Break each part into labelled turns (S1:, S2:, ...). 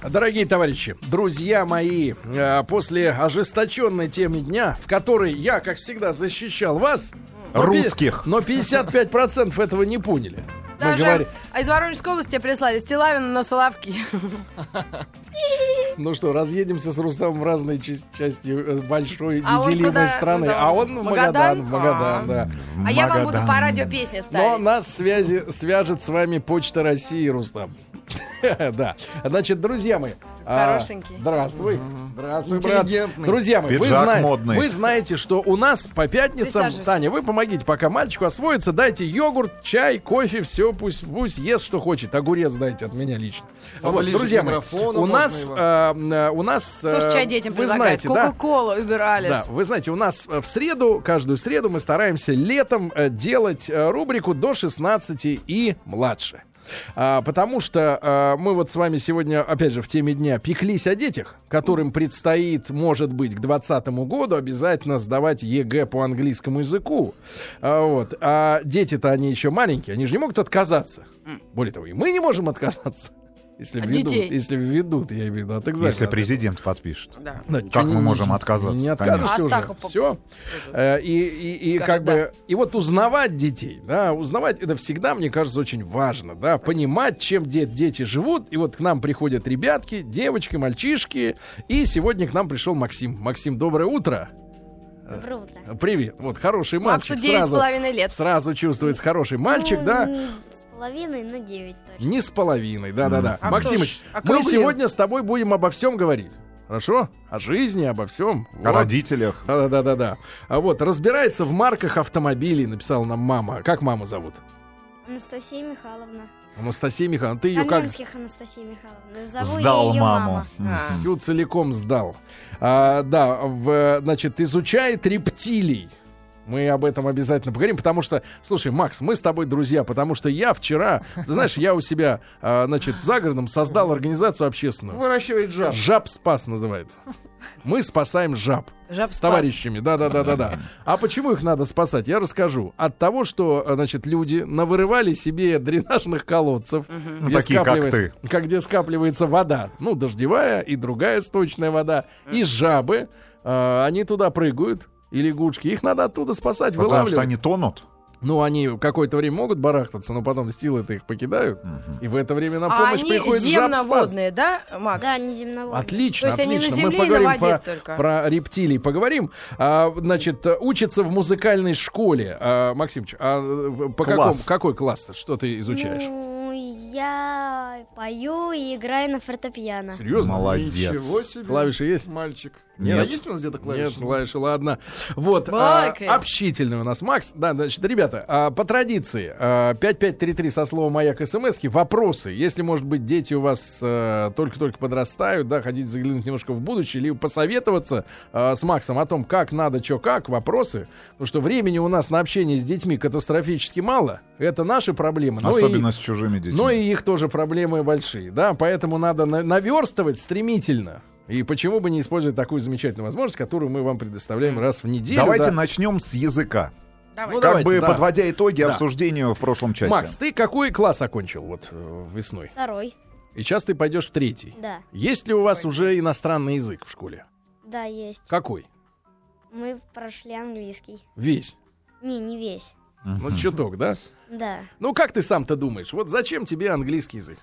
S1: Дорогие товарищи, друзья мои, э, после ожесточенной темы дня, в которой я, как всегда, защищал вас, но пи-
S2: Русских.
S1: но 55% этого не поняли. Мы
S3: Даже
S1: говори-
S3: а из Воронежской области тебе прислали Стилавина на Соловки.
S1: Ну что, разъедемся с Рустамом в разные ча- части э, большой
S3: А он
S1: неделимой
S3: куда?
S1: страны.
S3: Куда?
S1: а он в Магадан, в Магадан,
S3: Магадан?
S1: да.
S3: А я вам буду по
S2: Магадан.
S3: радио песни
S1: Но
S3: ставить.
S1: нас связи, свяжет с вами Почта России, Рустам. Да. Значит, друзья мои. а,
S3: Хорошенький.
S1: Здравствуй. Здравствуй, брат.
S4: Интеллигентный.
S1: Друзья мои, вы,
S2: Пиджак
S1: зна-
S2: модный.
S1: вы знаете, что у нас по пятницам...
S3: Присаживайся.
S1: Таня, вы помогите пока мальчику освоиться. Дайте йогурт, чай, кофе, все, пусть, пусть ест, что хочет. Огурец дайте от меня лично. Вот,
S4: Поближе
S1: друзья
S4: к
S1: мои,
S4: микрофону
S1: у
S4: можно
S1: нас...
S4: его.
S1: а, м, а, У нас...
S3: Кто
S1: а,
S3: ж чай детям
S1: Вы
S3: предлагает?
S1: знаете, да?
S3: Кока-кола,
S1: Да,
S3: убирались.
S1: вы знаете, у нас э, в среду, каждую среду мы стараемся летом э, делать э, рубрику до 16 и младше. А, потому что э, мы вот с вами сегодня, опять же, в теме дня пеклись о детях, которым предстоит, может быть, к 2020 году обязательно сдавать ЕГЭ по английскому языку. А, вот. а дети-то они еще маленькие, они же не могут отказаться. Более того, и мы не можем отказаться. Если
S3: От
S1: введут,
S3: детей.
S1: если введут, я имею в виду, от экзамена.
S2: Если
S1: От этого.
S2: президент подпишет.
S3: Да.
S1: Да,
S2: Как
S1: ничего
S2: мы
S1: Ну, не-
S2: можем
S1: не-
S2: отказаться,
S1: Не
S3: конечно.
S1: откажешься уже.
S3: А Астахов поп-
S1: Все. Э, И, и, и
S3: Как
S1: как
S3: да.
S1: бы и вот узнавать детей, да, узнавать это всегда, мне кажется, очень важно, да, понимать, чем де- дети живут. И вот к нам приходят ребятки, девочки, мальчишки, и сегодня к нам пришел Максим. Максим, доброе утро.
S5: Доброе утро.
S1: Привет. Вот хороший
S3: Максу
S1: мальчик
S3: девять с
S1: сразу.
S3: половиной лет.
S1: Сразу чувствуется хороший мальчик,
S5: Ну,
S1: да?
S5: м, С половиной, ну, девять точно.
S1: Не с половиной, да-да-да.
S3: А
S1: Максимыч,
S3: кто ж
S1: мы
S3: округлил?
S1: сегодня с тобой будем обо всем говорить. Хорошо? О жизни, обо всем.
S2: О
S1: Вот.
S2: родителях.
S1: Да, да, да, да, да. А вот разбирается в марках автомобилей, написала нам мама. Как маму зовут?
S5: Анастасия Михайловна.
S1: Анастасия Михайловна. Ты ее как
S5: Каменских Анастасия Михайловна. Зову
S2: Сдал
S5: я ее
S2: маму.
S5: мама.
S3: А.
S1: всю целиком сдал? А, да, в, значит, изучает рептилий. Мы об этом обязательно поговорим, потому что, слушай, Макс, мы с тобой друзья, потому что я вчера, ты знаешь, я у себя, а, значит, за городом создал организацию общественную.
S4: Выращивает жаб.
S1: Жаб спас называется. Мы спасаем жаб.
S3: Жаб
S1: с
S3: спас.
S1: товарищами, да-да-да-да-да. А почему их надо спасать, я расскажу. От того, что, э, значит, люди навырывали себе дренажных колодцев,
S2: Ну, такие, как
S1: скапливает- как где скапливается вода, ну, дождевая и другая сточная вода, и жабы, э, они туда прыгают, и лягушки, их надо оттуда спасать,
S2: Потому
S1: вылавливать.
S2: что они тонут.
S1: Ну, они какое-то время могут барахтаться, но потом силы это их покидают, и в это время на
S3: А
S1: помощь
S3: они
S1: приходит жаб-спас.
S3: земноводные, да, Макс?
S5: Да, неземноводная.
S1: Отлично,
S3: То есть они на
S1: отлично. Мы
S3: земле и на
S1: поговорим
S3: воде
S1: про,
S3: только.
S1: про рептилий. Поговорим. А, значит, учится в музыкальной школе. А, Максимович, а по
S2: Класс.
S1: какому, какой класс ты? Что ты изучаешь?
S5: Ну, я пою и играю на фортепиано.
S1: Серьезно?
S2: Молодец.
S4: Ничего себе.
S1: Клавиши есть?
S4: Мальчик.
S2: Нет.
S4: А есть у нас где-то клавиши?
S1: Нет, клавиши, ладно. Вот, а,
S3: Балалайка есть.
S1: общительный у нас Макс. Да, значит, ребята, а, по традиции, а, 5533 со слова «Маяк» смс вопросы. Если, может быть, дети у вас а, только-только подрастают, да, хотите заглянуть немножко в будущее, или посоветоваться а, с Максом о том, как надо, чё как, вопросы. Потому что времени у нас на общение с детьми катастрофически мало. Это наши проблемы. но Ну и-
S2: Особенно с чужими детьми.
S1: но и их тоже проблемы большие, да, поэтому надо на- наверстывать стремительно. И почему бы не использовать такую замечательную возможность, которую мы вам предоставляем раз в неделю.
S2: Давайте
S1: да.
S2: начнем с языка.
S3: Давай.
S1: Ну,
S2: как
S1: давайте,
S2: бы
S1: да.
S2: подводя итоги
S1: Да.
S2: обсуждению в прошлом часе.
S1: Макс, ты какой класс окончил вот э, весной?
S5: Второй.
S1: И сейчас ты пойдешь в третий.
S5: Да,
S1: Есть ли у вас уже иностранный язык в школе?
S5: да, есть.
S1: Какой?
S5: Мы прошли английский.
S1: Весь.
S5: Не, не весь.
S1: Ну, чуток, да?
S5: Да.
S1: Ну, как ты сам-то думаешь? Вот зачем тебе английский язык?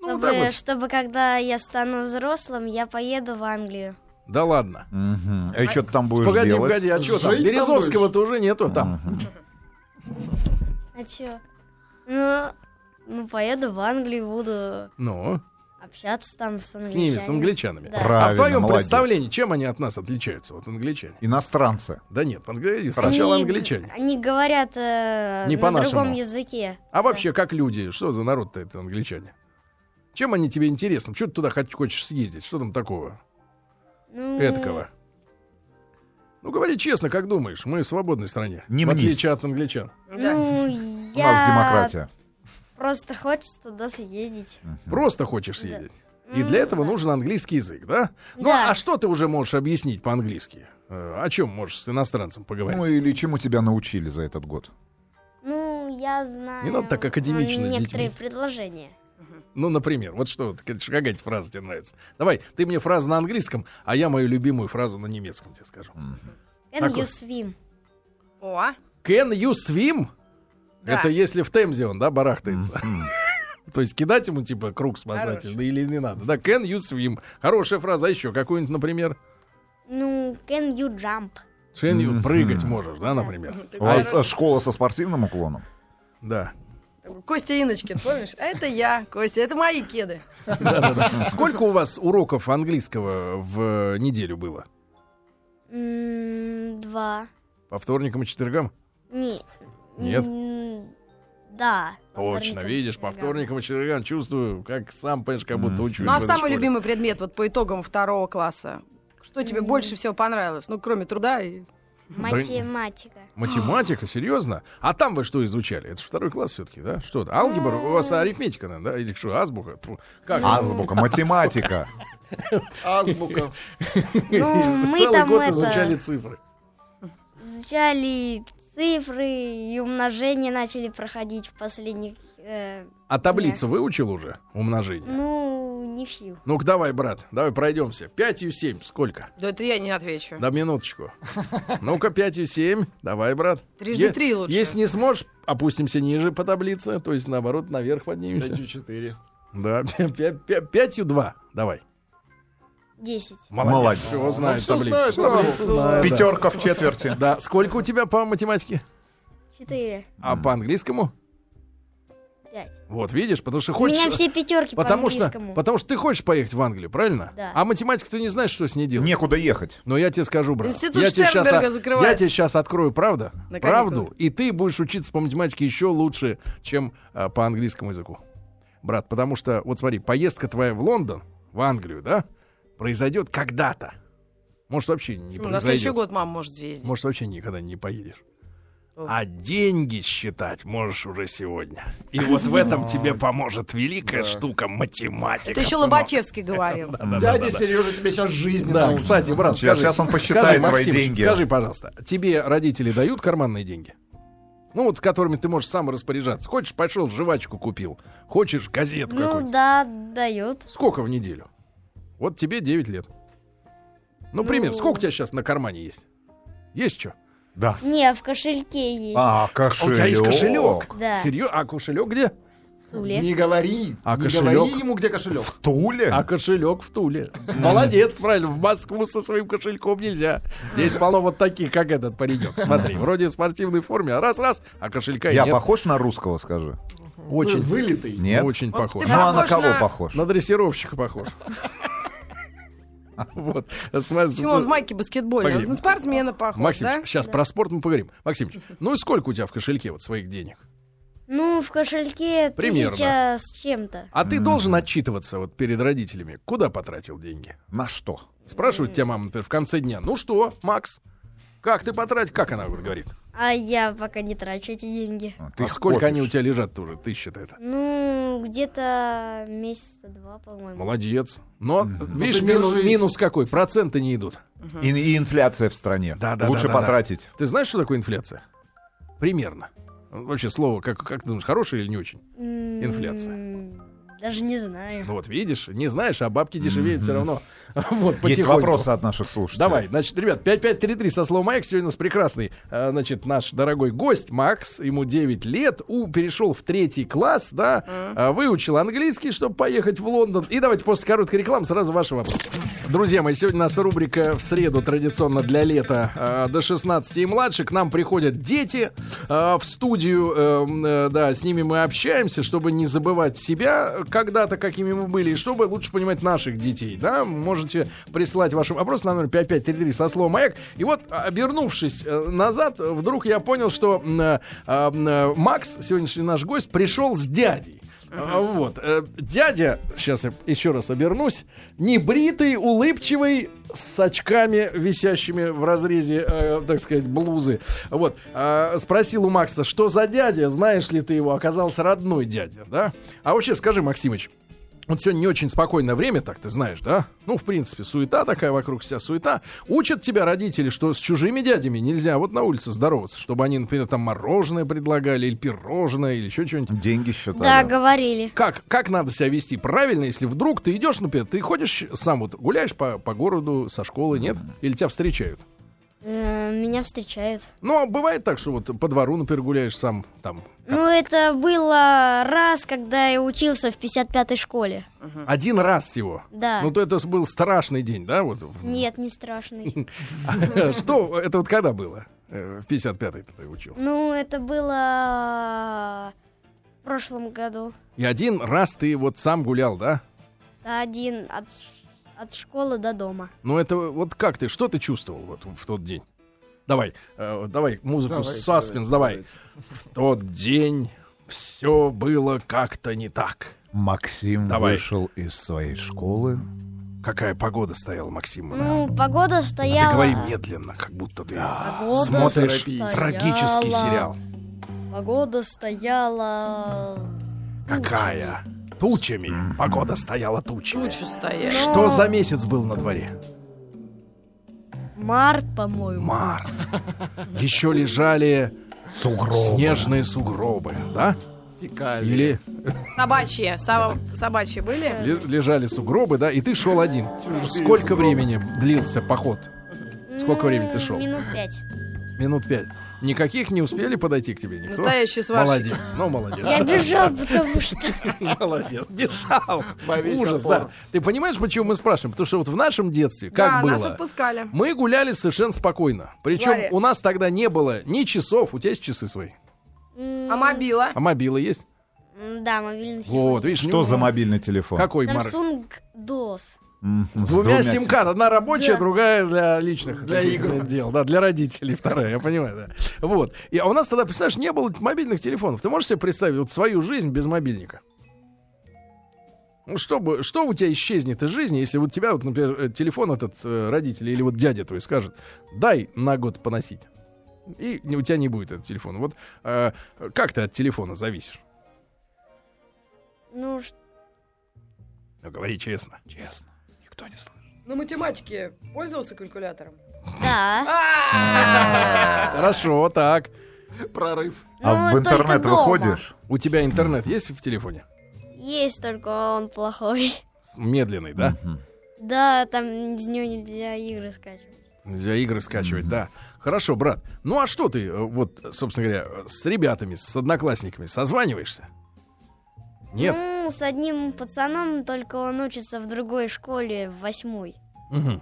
S1: Ну,
S5: Чтобы,
S1: да, вот.
S5: чтобы когда я стану взрослым, я поеду в Англию.
S1: Да ладно.
S2: Мгм. А что ты там будешь
S1: Погоди,
S2: делать?
S1: погоди, а что там?
S4: Жить там
S1: Березовского-то уже нету там.
S5: А чё? Ну, ну, поеду в Англию, буду
S1: Ну,
S5: общаться там с
S1: с
S5: англичанами.
S1: ними, с англичанами.
S5: Да.
S2: Правильно,
S1: а в твоем
S2: молодец.
S1: представлении, чем они от нас отличаются, вот англичане?
S2: Иностранцы.
S1: Да нет, англи-
S5: Они
S1: сначала
S5: г-
S1: англичане.
S5: Они говорят э,
S1: Не
S5: на
S1: по-нашему.
S5: другом языке.
S1: А вообще, как люди, что за народ-то это англичане? Чем они тебе интересны? Чего ты туда хот- хочешь съездить? Что там такого
S5: Ну,
S1: эткого? Ну, говори честно, как думаешь, мы в свободной стране.
S2: Не
S1: в
S2: мнись.
S1: отличие от англичан.
S3: Да.
S5: Ну,
S2: У
S5: я
S2: нас демократия.
S5: просто хочется туда съездить.
S1: Просто хочешь
S5: Да.
S1: съездить. И для этого нужен английский язык, да? Ну,
S5: Да.
S1: а что ты уже можешь объяснить по-английски? Э, О чем можешь с иностранцем поговорить?
S2: Ну или чему тебя научили за этот год?
S5: Ну, я знаю...
S1: Не надо так академично с
S5: Некоторые
S1: детьми.
S5: предложения.
S1: Ну, например, вот что, вот, конечно, какая тебе фраза тебе нравится? Давай, ты мне фразу на английском, а я мою любимую фразу на немецком тебе скажу.
S5: Can
S1: Такой.
S5: you swim?
S3: О, а?
S1: Can you swim?
S3: Да.
S1: Это если в Темзе он, да, барахтается. То есть кидать ему, типа, круг спасательный
S3: Хорош.
S1: или не надо. Да, can you swim? Хорошая фраза. А еще какую-нибудь, например?
S5: Ну, can you jump?
S1: Can you
S2: Мгм.
S1: прыгать можешь, да, например?
S3: ты
S2: У вас э,
S3: хорош.
S2: школа со спортивным уклоном?
S1: Да.
S3: Костя Иночкин, помнишь? А это я, Костя, это мои кеды.
S1: Сколько у вас уроков английского в э, неделю было?
S5: М, Два.
S1: По вторникам и четвергам?
S5: Не.
S1: Нет?
S5: М, Да. по
S1: Точно,
S5: вторникам,
S1: видишь, по
S5: четвергам.
S1: вторникам и четвергам чувствую, как сам, понимаешь, как будто
S2: Мгм.
S1: учусь.
S3: Ну
S1: в
S3: а
S1: этой
S3: самый
S1: школе.
S3: любимый предмет вот по итогам второго класса? Что тебе
S5: М.
S3: больше всего понравилось? Ну, кроме труда и...
S5: Математика.
S1: Математика, серьезно? А там вы что изучали? Это ж второй класс все-таки, да? Что это? Алгебра? У вас арифметика, наверное, да? Или что, азбука? Тьфу, Как?
S2: Азбука, математика.
S1: Азбука.
S5: Ну, мы
S1: Целый
S5: там
S1: год
S5: это-
S1: изучали цифры.
S5: Изучали цифры и умножение начали проходить в последних... э,
S1: А таблицу выучил уже? Умножение?
S5: ну, не фью.
S1: Ну-ка давай, брат, давай пройдемся. 5 и 7 сколько?
S3: Да это я не отвечу.
S1: Да минуточку. Ну-ка, 5 и 7. Давай, брат.
S3: Трижды
S1: Е-
S3: три лучше.
S1: Если не сможешь, опустимся ниже по таблице, то есть наоборот, наверх поднимемся.
S4: Пятью четыре.
S1: Да, 5 и 2. Давай.
S5: Десять.
S2: Молодец.
S1: Всё знает
S4: всё
S1: таблицу.
S4: Ну, знает таблицу,
S1: Да, да.
S4: знает.
S2: Пятерка в четверти.
S1: Да, сколько у тебя по математике?
S5: Четыре.
S1: А по английскому?
S5: Пять.
S1: Вот, видишь, потому что
S5: У
S1: хочешь...
S5: меня все пятерки
S1: потому,
S5: по
S1: что,
S5: английскому.
S1: потому что ты хочешь поехать в Англию, правильно?
S5: Да.
S1: А математику ты не знаешь, что с ней делать.
S2: Некуда ехать.
S1: Но я тебе скажу, брат.
S3: Институт
S1: я тебе щас
S3: Штернберга
S1: о-
S3: закрывается.
S1: Я тебе сейчас открою, правда?
S3: На
S1: правду.
S3: каникулы.
S1: И ты будешь учиться по математике еще лучше, чем а, по английскому языку. Брат, потому что, вот смотри, поездка твоя в Лондон, в Англию, да, произойдет когда-то. Может, вообще не
S3: Ну, на следующий
S1: произойдет.
S3: год мама может съездить.
S1: Может, вообще никогда не поедешь.
S3: О.
S1: А деньги считать можешь уже сегодня. И вот в этом тебе поможет великая
S4: Да.
S1: штука математика.
S3: Это еще
S1: сынок.
S3: Лобачевский говорил.
S4: Дядя Сережа тебе сейчас жизнь
S1: Да,
S4: научит.
S1: кстати, брат,
S2: Сейчас-
S1: скажи-
S2: сейчас он посчитает
S1: скажи,
S2: твои
S1: Максим,
S2: деньги.
S1: Скажи, пожалуйста, тебе родители дают карманные деньги? Ну, вот с которыми ты можешь сам распоряжаться. Хочешь, пошел жвачку купил. Хочешь, газету
S5: Ну,
S1: какую-нибудь.
S5: да, дает.
S1: Сколько в неделю? Вот тебе 9 лет. Ну,
S5: Ну.
S1: пример, сколько у тебя сейчас на кармане есть? Есть что?
S2: Да.
S5: Не, в кошельке есть.
S2: А,
S1: А
S2: кошелек.
S1: У тебя есть кошелек.
S5: Да.
S1: Серьезно? А кошелек где?
S5: в Туле.
S4: Не говори,
S1: А
S4: не
S1: кошелек?
S4: говори ему, где кошелек.
S2: В Туле?
S1: А кошелек в Туле. Молодец, правильно. В Москву со своим кошельком нельзя. Здесь полно вот таких, как этот паренек. Смотри, вроде в спортивной форме, а раз-раз, а кошелька и
S2: Я
S1: нет.
S2: похож на русского, скажи?
S1: Очень,
S4: Вылитый.
S2: Нет?
S1: очень
S3: Вот
S1: похож.
S3: ты
S2: Ну а на
S3: Похож
S2: кого
S3: на-
S2: похож?
S1: На дрессировщика похож. Вот. Смотри,
S3: Почему он в майке баскетбольной?
S1: Ну, Погоди.
S3: Он на спортсмена похож,
S1: Максимыч,
S3: да?
S1: сейчас
S3: Да.
S1: про спорт мы поговорим. Максимыч, ну и сколько у тебя в кошельке вот своих денег?
S5: Ну, в кошельке
S1: Примерно.
S5: тысяча с чем-то.
S1: А ты должен отчитываться вот перед родителями, куда потратил деньги?
S2: На что?
S1: Спрашивает тебя мама, например, в конце дня, ну что, Макс, как ты потратил? Как она вот говорит?
S5: А я пока не трачу эти деньги.
S2: А,
S1: а
S2: их
S1: сколько они у
S2: копишь.
S1: тебя лежат тоже, тысяча-то это?
S5: Ну, где-то месяца два, по-моему.
S1: Молодец. Но, видишь,
S4: ты
S1: минус,
S4: держись.
S1: минус какой, проценты не идут.
S2: И, и инфляция в стране.
S1: Да-да-да-да-да.
S2: Лучше потратить.
S1: Ты знаешь, что такое инфляция? Примерно. Ну, Вообще слово, как, как ты думаешь, хорошее или не очень?
S5: М,
S1: Инфляция.
S5: Даже не знаю.
S1: Ну вот видишь, не знаешь, а бабки дешевеют все равно. Вот,
S2: Есть
S1: потихоньку.
S2: вопросы от наших слушателей.
S1: Давай, значит, ребят, 5533 со словом Майк. Сегодня у нас прекрасный, э, значит, наш дорогой гость Макс. Ему 9 лет, у, перешел в третий класс, да, э, выучил английский, чтобы поехать в Лондон. И давайте после короткой рекламы сразу ваши вопросы. Друзья мои, сегодня у нас рубрика в среду традиционно для лета э, до 16 и младше. К нам приходят дети э, в студию, эм, э, да, с ними мы общаемся, чтобы не забывать себя э, когда-то, какими мы были, и чтобы лучше понимать наших детей, да. Можете присылать ваши вопросы на номер 5533 со словом «Маяк». И вот, обернувшись э, назад, э, вдруг я понял, что м, э, м, э, Макс, сегодняшний наш гость, пришел с дядей. А, Вот. э, Дядя, сейчас я еще раз обернусь, небритый, улыбчивый, с очками, висящими в разрезе, э, так сказать, блузы. Вот. а, Спросил у Макса, что за дядя, знаешь ли ты его, оказался родной дядя, да? А вообще, скажи, Максимыч, Вот сегодня не очень спокойное время, так ты знаешь, да? Ну, в принципе, суета такая вокруг вся суета. Учат тебя родители, что с чужими дядями нельзя вот на улице здороваться, чтобы они, например, там мороженое предлагали, или пирожное, или еще что-нибудь.
S2: Деньги считали.
S5: Да, говорили.
S1: Как, как надо себя вести правильно, если вдруг ты идешь, например, ты ходишь сам, вот гуляешь по, по городу со школы, нет? Или тебя встречают?
S5: Э, Меня встречают.
S1: Ну, а бывает так, что вот по двору, например, гуляешь сам там.
S5: Ну, это было раз, когда я учился в 55-й школе.
S1: Один раз всего.
S5: Да.
S1: Ну, то это был страшный день, да? Вот.
S5: Нет, не страшный.
S1: Что, это вот когда было? Э, В 55-й ты учил.
S5: Ну, это было в прошлом году.
S1: И один раз ты вот сам гулял, да?
S5: Один от, ш- от школы до дома.
S1: Ну это вот как ты, что ты чувствовал вот в тот день? Давай, э, давай музыку,
S4: Давайте,
S1: саспенс, давай.
S4: давайте,
S1: В тот день все было как-то не так.
S2: Максим
S1: Давай.
S2: вышел из своей школы.
S1: Какая погода стояла, Максим? А
S5: Ну, погода
S1: Ты
S5: стояла.
S1: говори медленно, как будто ты
S5: Погода
S1: смотришь
S5: стояла-
S1: трагический сериал.
S5: Погода стояла.
S1: Какая? Тучами. Погода стояла тучами.
S3: Лучше стоять.
S1: Что за месяц был на дворе?
S5: Март, по-моему.
S1: Март. Еще лежали
S2: Сугроб.
S1: снежные сугробы, да?
S4: Фекалии.
S1: Или
S3: Ну, Собачьи. сова- Собачьи были?
S1: Ле- Лежали сугробы, да, и ты шел один. Сколько времени длился поход? Сколько
S5: Ну,
S1: времени ты шел?
S5: Минут пять.
S1: Минут пять. Никаких не успели подойти к тебе никто?
S3: Настоящие сварщики.
S1: Молодец, ну молодец.
S5: Я бежал, потому что
S1: Молодец, бежал.
S4: Повесь
S1: Ужас,
S4: опору.
S1: да. Ты понимаешь, почему мы спрашиваем? Потому что вот в нашем детстве
S3: да,
S1: как
S3: нас
S1: было?
S3: отпускали.
S1: Мы гуляли совершенно спокойно. Причем
S3: Варя.
S1: у нас тогда не было ни часов. У тебя есть часы свои?
S3: А мобила?
S1: А мобилы есть?
S5: М, Да, мобильный телефон.
S1: Вот, видишь,
S2: Что
S1: не-
S2: за мобильный телефон?
S1: Какой, Марк?
S5: Samsung DOS.
S2: М,
S1: С двумя
S2: сим-
S1: сим-карт. Одна рабочая,
S5: Да.
S1: другая для личных
S4: Для
S1: таких
S4: игр.
S1: дел. Да, для родителей вторая, я понимаю, да. Вот. И, а у нас тогда, представляешь, не было мобильных телефонов. Ты можешь себе представить вот свою жизнь без мобильника? Ну, что, бы, что у тебя исчезнет из жизни, если вот тебя, вот, например, э, телефон этот э, родитель или вот дядя твой скажет, дай на год поносить. И не- у тебя не будет этого телефона. Вот э, как ты от телефона зависишь?
S5: Ну, ш-
S1: Ну, говори честно. Честно. Никто не слышит.
S3: На математике пользовался калькулятором?
S5: да.
S1: Хорошо, так.
S4: Прорыв.
S2: А в
S5: Ну, только
S2: интернет
S5: дома.
S2: выходишь?
S1: У тебя интернет есть в телефоне?
S5: Есть, только он плохой.
S1: медленный, да?
S2: Мгм.
S5: Да, там из него нельзя игры скачивать.
S1: Нельзя игры скачивать, да. Хорошо, брат. Ну а что ты, э, вот, собственно говоря, э, с ребятами, с одноклассниками созваниваешься? Нет?
S5: Ну, с одним пацаном, только он учится в другой школе, в восьмой.
S1: Мгм.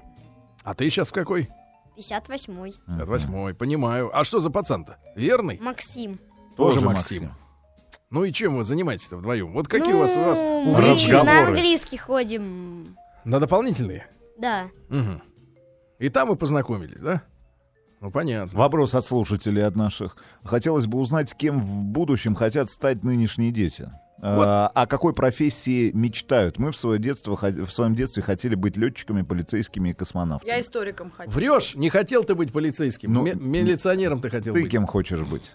S1: А ты сейчас в какой?
S5: 58-й.
S1: Восьмой, понимаю. А что за пацан-то? Верный?
S5: Максим.
S1: Тоже Максим. Ну и чем вы занимаетесь-то вдвоем? Вот какие у вас у
S5: Ну,
S1: вас
S5: мы
S2: разговоры?
S5: на английский ходим.
S1: на дополнительные?
S5: Да.
S1: Мгм. И там вы познакомились, да? Ну понятно.
S2: Вопрос от слушателей от наших. Хотелось бы узнать, кем в будущем хотят стать нынешние дети. А, о какой профессии мечтают? Мы в свое детство хот- в своем детстве хотели быть летчиками, полицейскими и космонавтами.
S3: Я историком хочу.
S1: Врешь, не хотел ты быть полицейским,
S2: Ну,
S1: ми- милиционером ты хотел
S2: Ты
S1: быть.
S2: кем хочешь быть?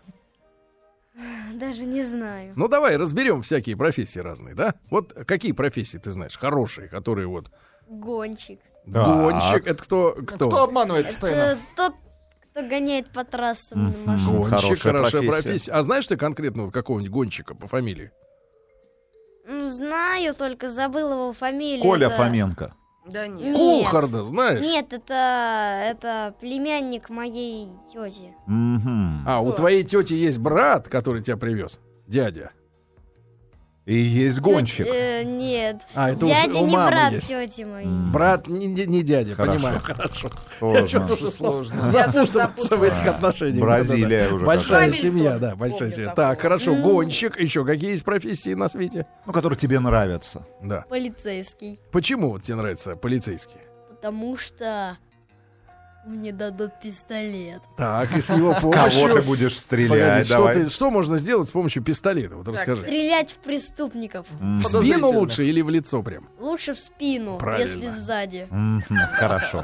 S5: Даже не знаю.
S1: Ну давай разберем всякие профессии разные, да? Вот какие профессии ты знаешь, хорошие, которые вот
S5: Гонщик.
S2: Так.
S1: гонщик, это кто, кто?
S4: Кто обманывает
S5: Это
S4: постоянно?
S5: тот, кто гоняет по трассам на
S2: ну. Мгм.
S5: машине.
S1: Гонщик,
S2: Хорошая
S1: хорошая профессия.
S2: профессия.
S1: А знаешь ты конкретно вот какого-нибудь гонщика по фамилии?
S5: Ну, знаю, только забыл его фамилию.
S2: Коля
S5: это-
S2: Фоменко.
S3: Да нет.
S5: Нет.
S1: Кухарда, знаешь?
S5: Нет, это, это племянник моей тети.
S2: Мгм.
S1: А, у
S3: Кто?
S1: твоей тети есть брат, который тебя привез? Дядя.
S2: И есть гонщик.
S1: э,
S5: Э, нет.
S1: А, это у-
S5: Дядя
S1: у
S5: не
S1: мамы
S5: брат
S1: есть.
S5: тети моей.
S2: М.
S1: Брат не, не- не дядя,
S2: Хорошо.
S1: понимаю. Хорошо.
S2: Сложно.
S1: чё-то
S4: Что сложно.
S1: Ну, Запутаться в этих отношениях.
S2: Бразилия
S1: Да-да-да.
S2: уже
S1: Большая
S3: какая-то.
S1: семья,
S3: Фамилию
S1: да,
S3: помню
S1: большая семья.
S3: такого.
S1: Так, хорошо,
S5: М.
S1: гонщик. Еще какие есть профессии на свете?
S2: Ну, который тебе нравится.
S1: Да.
S5: Полицейский.
S1: Почему вот тебе нравятся полицейские?
S5: Потому что мне дадут пистолет.
S1: Так, и с его
S2: Кого ты
S1: помощью...
S2: будешь
S1: Погоди,
S2: стрелять?
S1: что,
S2: Давай.
S1: ты, что можно сделать с помощью пистолета? Вот расскажи.
S5: Стрелять в преступников.
S2: М.
S1: В спину лучше или в лицо прям?
S5: Лучше в спину,
S1: Правильно.
S5: если сзади.
S2: Мгм, Хорошо.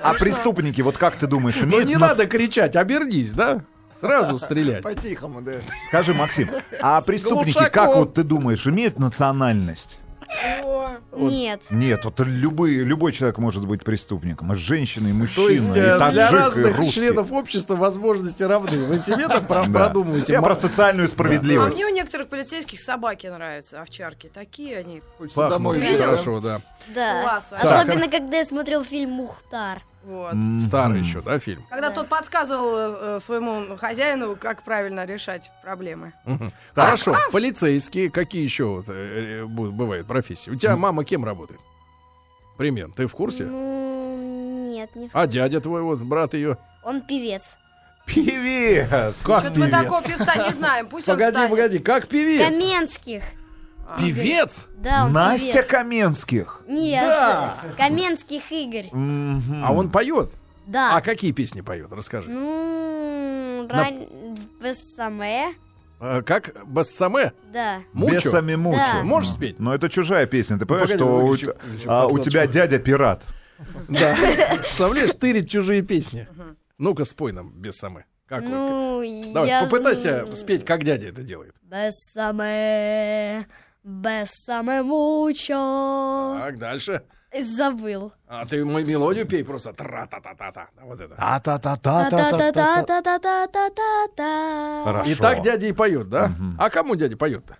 S2: А преступники, вот как ты думаешь,
S1: Ну
S2: умеют
S1: не
S2: на-
S1: надо кричать, обернись, да? Сразу стрелять.
S4: По-тихому, да.
S2: Скажи, Максим, а преступники,
S1: глушаком.
S2: как вот ты думаешь, имеют национальность?
S3: А
S1: Вот.
S5: Нет.
S2: Нет, вот любые, любой человек может быть преступником. И Женщина, и мужчина,
S1: То есть
S2: и
S1: э, для
S2: таджик, и
S1: разных
S2: русский.
S1: членов общества возможности равны. Вы себе так про-
S2: Да.
S1: продумываете?
S2: Я
S1: Ма-
S2: про социальную
S3: А
S2: справедливость.
S3: мне у некоторых полицейских собаки нравятся, овчарки. Такие они.
S4: Хочется
S1: Пахнут
S4: домой.
S3: Видел?
S1: Хорошо, да.
S5: Да.
S3: Класс вообще.
S5: Особенно, когда я смотрел фильм Мухтар.
S3: Вот.
S2: М,
S1: Старый
S2: м.
S1: еще, да, фильм?
S3: Когда
S5: Да.
S3: тот подсказывал э, своему хозяину, как правильно решать проблемы.
S1: Мгм.
S2: Так.
S1: Хорошо. Полицейские, какие еще вот, э, э, бу- бывают профессии? У тебя мама кем работает? Пример, ты в курсе?
S5: Ну, нет, не в-
S1: А дядя твой, вот брат ее.
S5: Он певец.
S2: Певец!
S1: Ну, Как
S3: Что-то мы
S1: певец?
S3: такого певца не знаем. Пусть он
S1: Погоди,
S3: станет.
S1: погоди, как певец?
S5: Каменских.
S3: А,
S1: Певец?
S5: Да, он
S2: Настя
S5: певец.
S2: Каменских.
S5: Нет.
S1: Да.
S5: Каменских Игорь.
S2: Мгм.
S1: А он поет?
S5: Да.
S1: А какие песни поет? Расскажи.
S5: Ну, ран... Бессаме.
S1: А, Как Бассаме?
S5: э, Да.
S1: Мучо?
S2: Бесами мучу.
S5: Да.
S1: Можешь спеть? Ну,
S2: Но это чужая песня. Ты понимаешь,
S1: Погоди,
S2: что у,
S1: выключи- выключи
S2: а, у
S1: подкладку.
S2: тебя дядя пират.
S1: Да. Представляешь, тырить чужие песни. Ну-ка, спой нам без самы. Как он-
S5: Ну,
S1: Давай,
S5: я...
S1: попытайся
S5: зн- эм
S1: спеть, как дядя это делает.
S5: Бессаме. Бессаме мучо.
S1: Так, дальше.
S5: Забыл.
S1: А ты мою мелодию пей просто. Тра-та-та-та-та. Вот это.
S2: а та та та
S5: Та-та-та-та-та-та-та-та.
S2: Хорошо.
S1: И так дядя и поет, да? А кому дядя поет-то?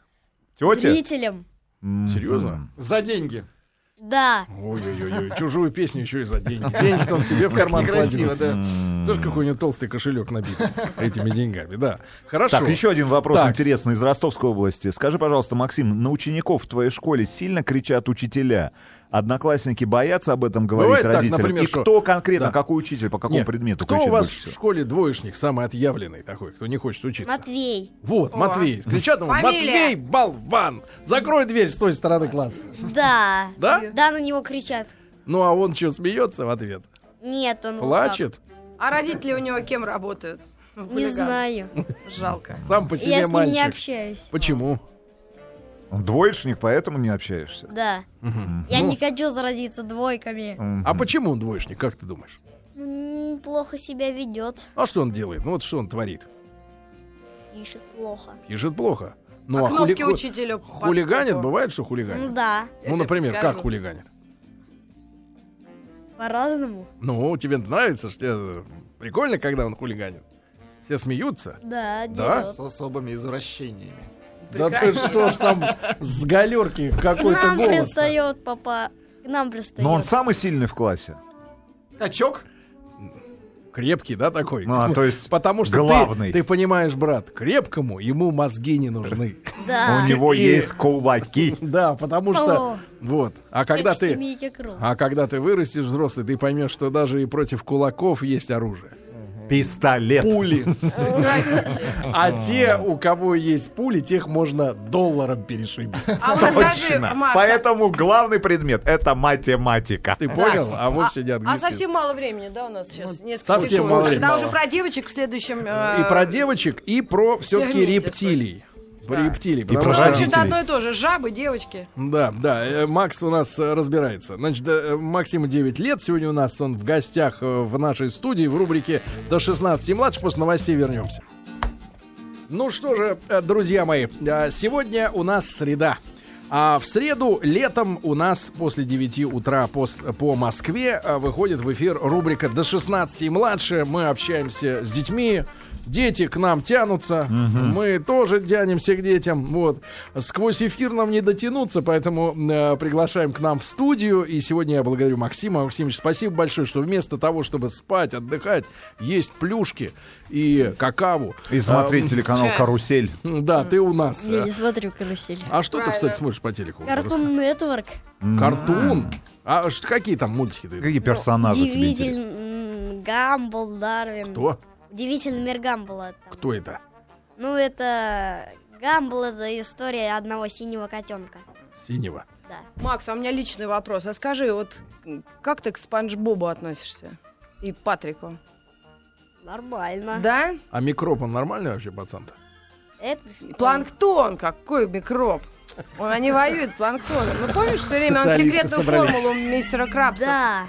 S2: Тетя?
S5: Зрителям.
S2: Мгм.
S1: Серьезно?
S4: За деньги.
S5: Да.
S1: Ой-ой-ой, чужую песню еще и за деньги. Деньги он себе в карман
S4: Некрасиво,
S1: кладет.
S4: да.
S1: Слышь, какой у него толстый кошелек набит этими деньгами, да. Хорошо.
S2: Так, еще один вопрос
S1: Так.
S2: интересный из Ростовской области. Скажи, пожалуйста, Максим, на учеников в твоей школе сильно кричат учителя? Одноклассники боятся об этом говорить
S1: Бывает так,
S2: родителям?
S1: например,
S2: И
S1: что-
S2: кто конкретно,
S1: Да.
S2: какой учитель, по какому
S1: Нет,
S2: предмету
S1: кто
S2: кричит
S1: у вас
S2: больше
S1: в
S2: всего?
S1: школе двоечник, самый отъявленный такой, кто не хочет учиться?
S5: Матвей.
S1: Вот,
S3: О.
S1: Матвей. Кричат ему,
S3: Фамилия.
S1: Матвей, болван! Закрой дверь с той стороны класса.
S5: Да.
S1: Да?
S5: Да, на него кричат.
S1: Ну, а он что, смеется в ответ?
S5: Нет,
S3: Ну,
S5: он вот
S1: Плачет?
S3: А родители у него кем работают?
S5: так.
S3: В
S5: Не
S3: хулиган.
S5: знаю.
S3: Жалко.
S1: Сам по
S5: Я
S1: себе
S5: с ним не
S1: мальчик.
S5: общаюсь.
S1: Почему?
S2: Он Двоечник, поэтому не общаешься.
S5: Да. Я не хочу заразиться двойками.
S2: Мгм.
S1: А почему он двоечник, как ты думаешь?
S5: М, Плохо себя ведет.
S1: А что он делает? Ну, вот что он творит?
S5: Пишет плохо.
S1: Ежит плохо. Ну,
S3: А кнопки
S1: хули-
S3: учителю. под-
S1: Хулиганит?
S3: под-
S1: Бывает, что
S5: Ну
S1: хулиганит?
S5: да,
S3: Я
S1: Ну,
S3: тебе
S1: например,
S3: подскажу.
S1: как хулиганит?
S5: по-разному.
S1: Ну, тебе нравится, что тебе прикольно, когда он хулиганит. Все смеются.
S5: Да,
S1: Да?
S5: дело.
S4: С особыми извращениями.
S1: Да ты что ж там с галерки
S5: К
S1: какой-то
S5: нам
S1: голос.
S5: пристает папа. К нам пристает.
S2: Но он самый сильный в классе.
S4: Качок?
S1: Крепкий, да, такой?
S2: Ну, а то есть
S1: Потому что ты-
S2: главный.
S1: Ты, понимаешь, брат, крепкому ему мозги не нужны.
S5: Да.
S3: А.
S2: У него
S1: И-
S2: есть кулаки.
S1: Да, потому что
S5: О.
S1: вот. А когда
S5: Как в
S1: ты,
S5: «Семейке Крудс».
S1: а когда ты вырастешь взрослый, ты поймешь, что даже и против кулаков есть оружие.
S2: Пистолет.
S1: Пули.
S3: Э,
S1: А те, у кого есть пули, тех можно долларом перешибить.
S3: А вот расскажи,
S2: Точно.
S3: Макс,
S2: Поэтому главный предмет это математика.
S1: Ты понял? А вовсе не
S3: а
S1: английский.
S3: совсем мало времени, да, у нас сейчас? Несколько
S1: Ну, совсем
S3: секунд.
S1: мало времени.
S3: Тогда уже про девочек в следующем... э, ну,
S1: И про девочек, и про все-таки
S3: вместе,
S1: рептилий. Про
S3: Да.
S1: рептилий.
S2: про
S1: потому
S3: Ну,
S1: что-
S3: в общем-то,
S2: родителей.
S3: одно и то же. Жабы, девочки.
S1: Да, да, э, Макс у нас э, разбирается. Значит, э, Максиму 9 лет. Сегодня у нас он в гостях э, в нашей студии в рубрике «До 16 и младше». После новостей вернемся. Ну что же, э, друзья мои, э, сегодня у нас среда. А в среду летом у нас после 9 утра пос- по Москве э, выходит в эфир рубрика «До 16 и младше». Мы общаемся с детьми, дети к нам тянутся, мы тоже тянемся к детям. Вот. Сквозь эфир нам не дотянуться, поэтому э, приглашаем к нам в студию. И сегодня я благодарю Максима. Максимович, спасибо большое, что вместо того, чтобы спать, отдыхать, есть плюшки и какаву.
S2: И смотри
S1: а,
S2: телеканал
S3: чё?
S2: «Карусель».
S1: да, ты у нас.
S5: Я
S1: э,
S5: не смотрю карусель.
S1: А что ты,
S3: Правильно.
S1: кстати, смотришь по телеку?
S5: Картун Нетворк.
S1: Рас- Картун? А ш- какие там мультики? ты-
S3: Ну,
S2: Какие персонажи тебе интересны?
S5: Удивитель Гамбл, Дарвин.
S1: Кто?
S5: Удивительный мир Гамбла. там.
S1: Кто это?
S5: Ну, это... Гамбл — это история одного синего котенка.
S1: Синего.
S5: Да.
S3: Макс, а у меня личный вопрос. А скажи, вот м, как ты к Спанч Бобу относишься? И Патрику.
S5: Нормально.
S3: Да?
S1: А микроб, он нормальный вообще, пацан-то?
S5: Это...
S3: Планктон, какой микроб. Он- Они воюют планктоном. Ну, помнишь, все время он
S1: Специалисты
S3: секретную
S1: собрались.
S3: формулу мистера Крабса?
S5: Да.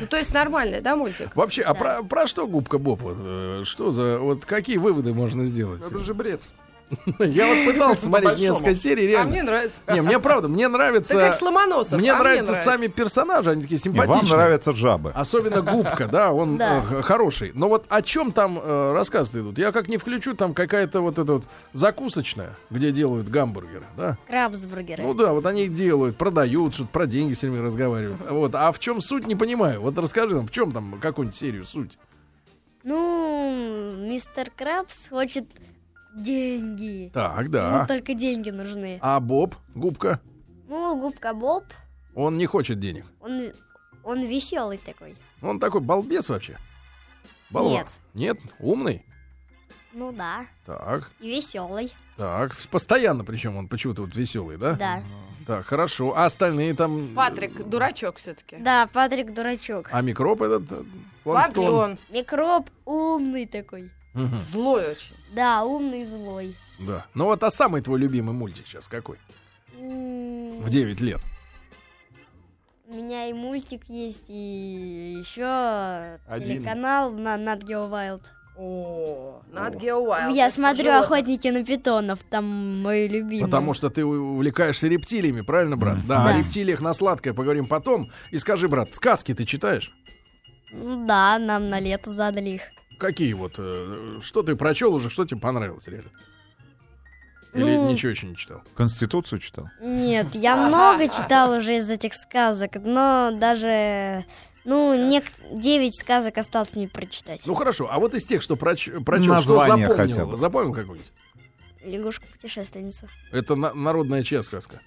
S3: Ну, то есть нормальный, да, мультик?
S1: Вообще, а
S5: Да.
S1: про, про что губка Боб? Вот, э, что за... Вот какие выводы можно сделать?
S4: Это же бред.
S1: Я вот пытался смотреть
S4: По-большому.
S1: несколько серий,
S3: А
S1: реально.
S3: мне нравится.
S1: Не, мне правда, мне
S3: Ты как
S1: нравится...
S3: Сломоносов.
S1: Мне
S3: а
S1: нравятся сами персонажи, они такие
S2: И вам
S1: симпатичные.
S2: нравятся жабы.
S1: Особенно губка, да, он
S5: Да.
S1: э, х- хороший. Но вот о чем там э, рассказы идут? Я как не включу, там какая-то вот эта вот закусочная, где делают гамбургеры, да?
S5: Крабсбургеры.
S1: Ну да, вот они их делают, продают, что-то про деньги все время разговаривают. Вот, а в чем суть, не понимаю. Вот расскажи нам, в чем там какую-нибудь серию суть?
S5: Ну, мистер Крабс хочет деньги.
S1: Так,
S5: Ему
S1: да.
S5: только деньги нужны.
S1: А Боб, губка,
S5: Ну, губка Боб,
S1: он не хочет денег.
S5: он, он веселый такой.
S1: Он такой балбес вообще. Баллон. Нет, умный.
S5: Ну да,
S1: Так,
S5: и веселый.
S1: так. Постоянно, причем он почему-то вот веселый, да?
S5: Да.
S1: Так, хорошо. А остальные там.
S3: Патрик, дурачок все-таки.
S5: Да, Патрик дурачок.
S1: А микроб этот. э, планктон.
S3: Плактон.
S5: Микроб умный такой.
S1: Мгм,
S3: Злой очень.
S5: Да, умный и злой.
S1: да. Ну вот, а самый твой любимый мультик сейчас какой?
S5: М,
S1: В 9 лет.
S5: У меня и мультик есть, и еще
S4: Один.
S5: телеканал на Nat Geo Wild.
S3: О, Над Гео Уайлд.
S5: Я
S3: это
S5: смотрю
S3: животных.
S5: «Охотники на питонов», там мои любимые.
S1: Потому что ты у- увлекаешься рептилиями, правильно, брат? Да, о
S5: Да.
S1: рептилиях на сладкое поговорим потом. И скажи, брат, сказки ты читаешь?
S5: Ну Да, нам на лето задали их.
S1: Какие вот? э, Что ты прочел уже, что тебе понравилось, реально? Или
S5: Ну,
S1: ничего еще не читал?
S2: Конституцию читал?
S5: Нет, я много читал уже из этих сказок, но даже, ну, нек 9 сказок осталось мне прочитать.
S1: Ну хорошо, а вот из тех, что проч- прочел, что
S2: Название
S1: запомнил?
S2: хотя бы.
S1: Запомнил какой-нибудь?
S5: Лягушка-путешественница.
S1: Это на- народная чья сказка?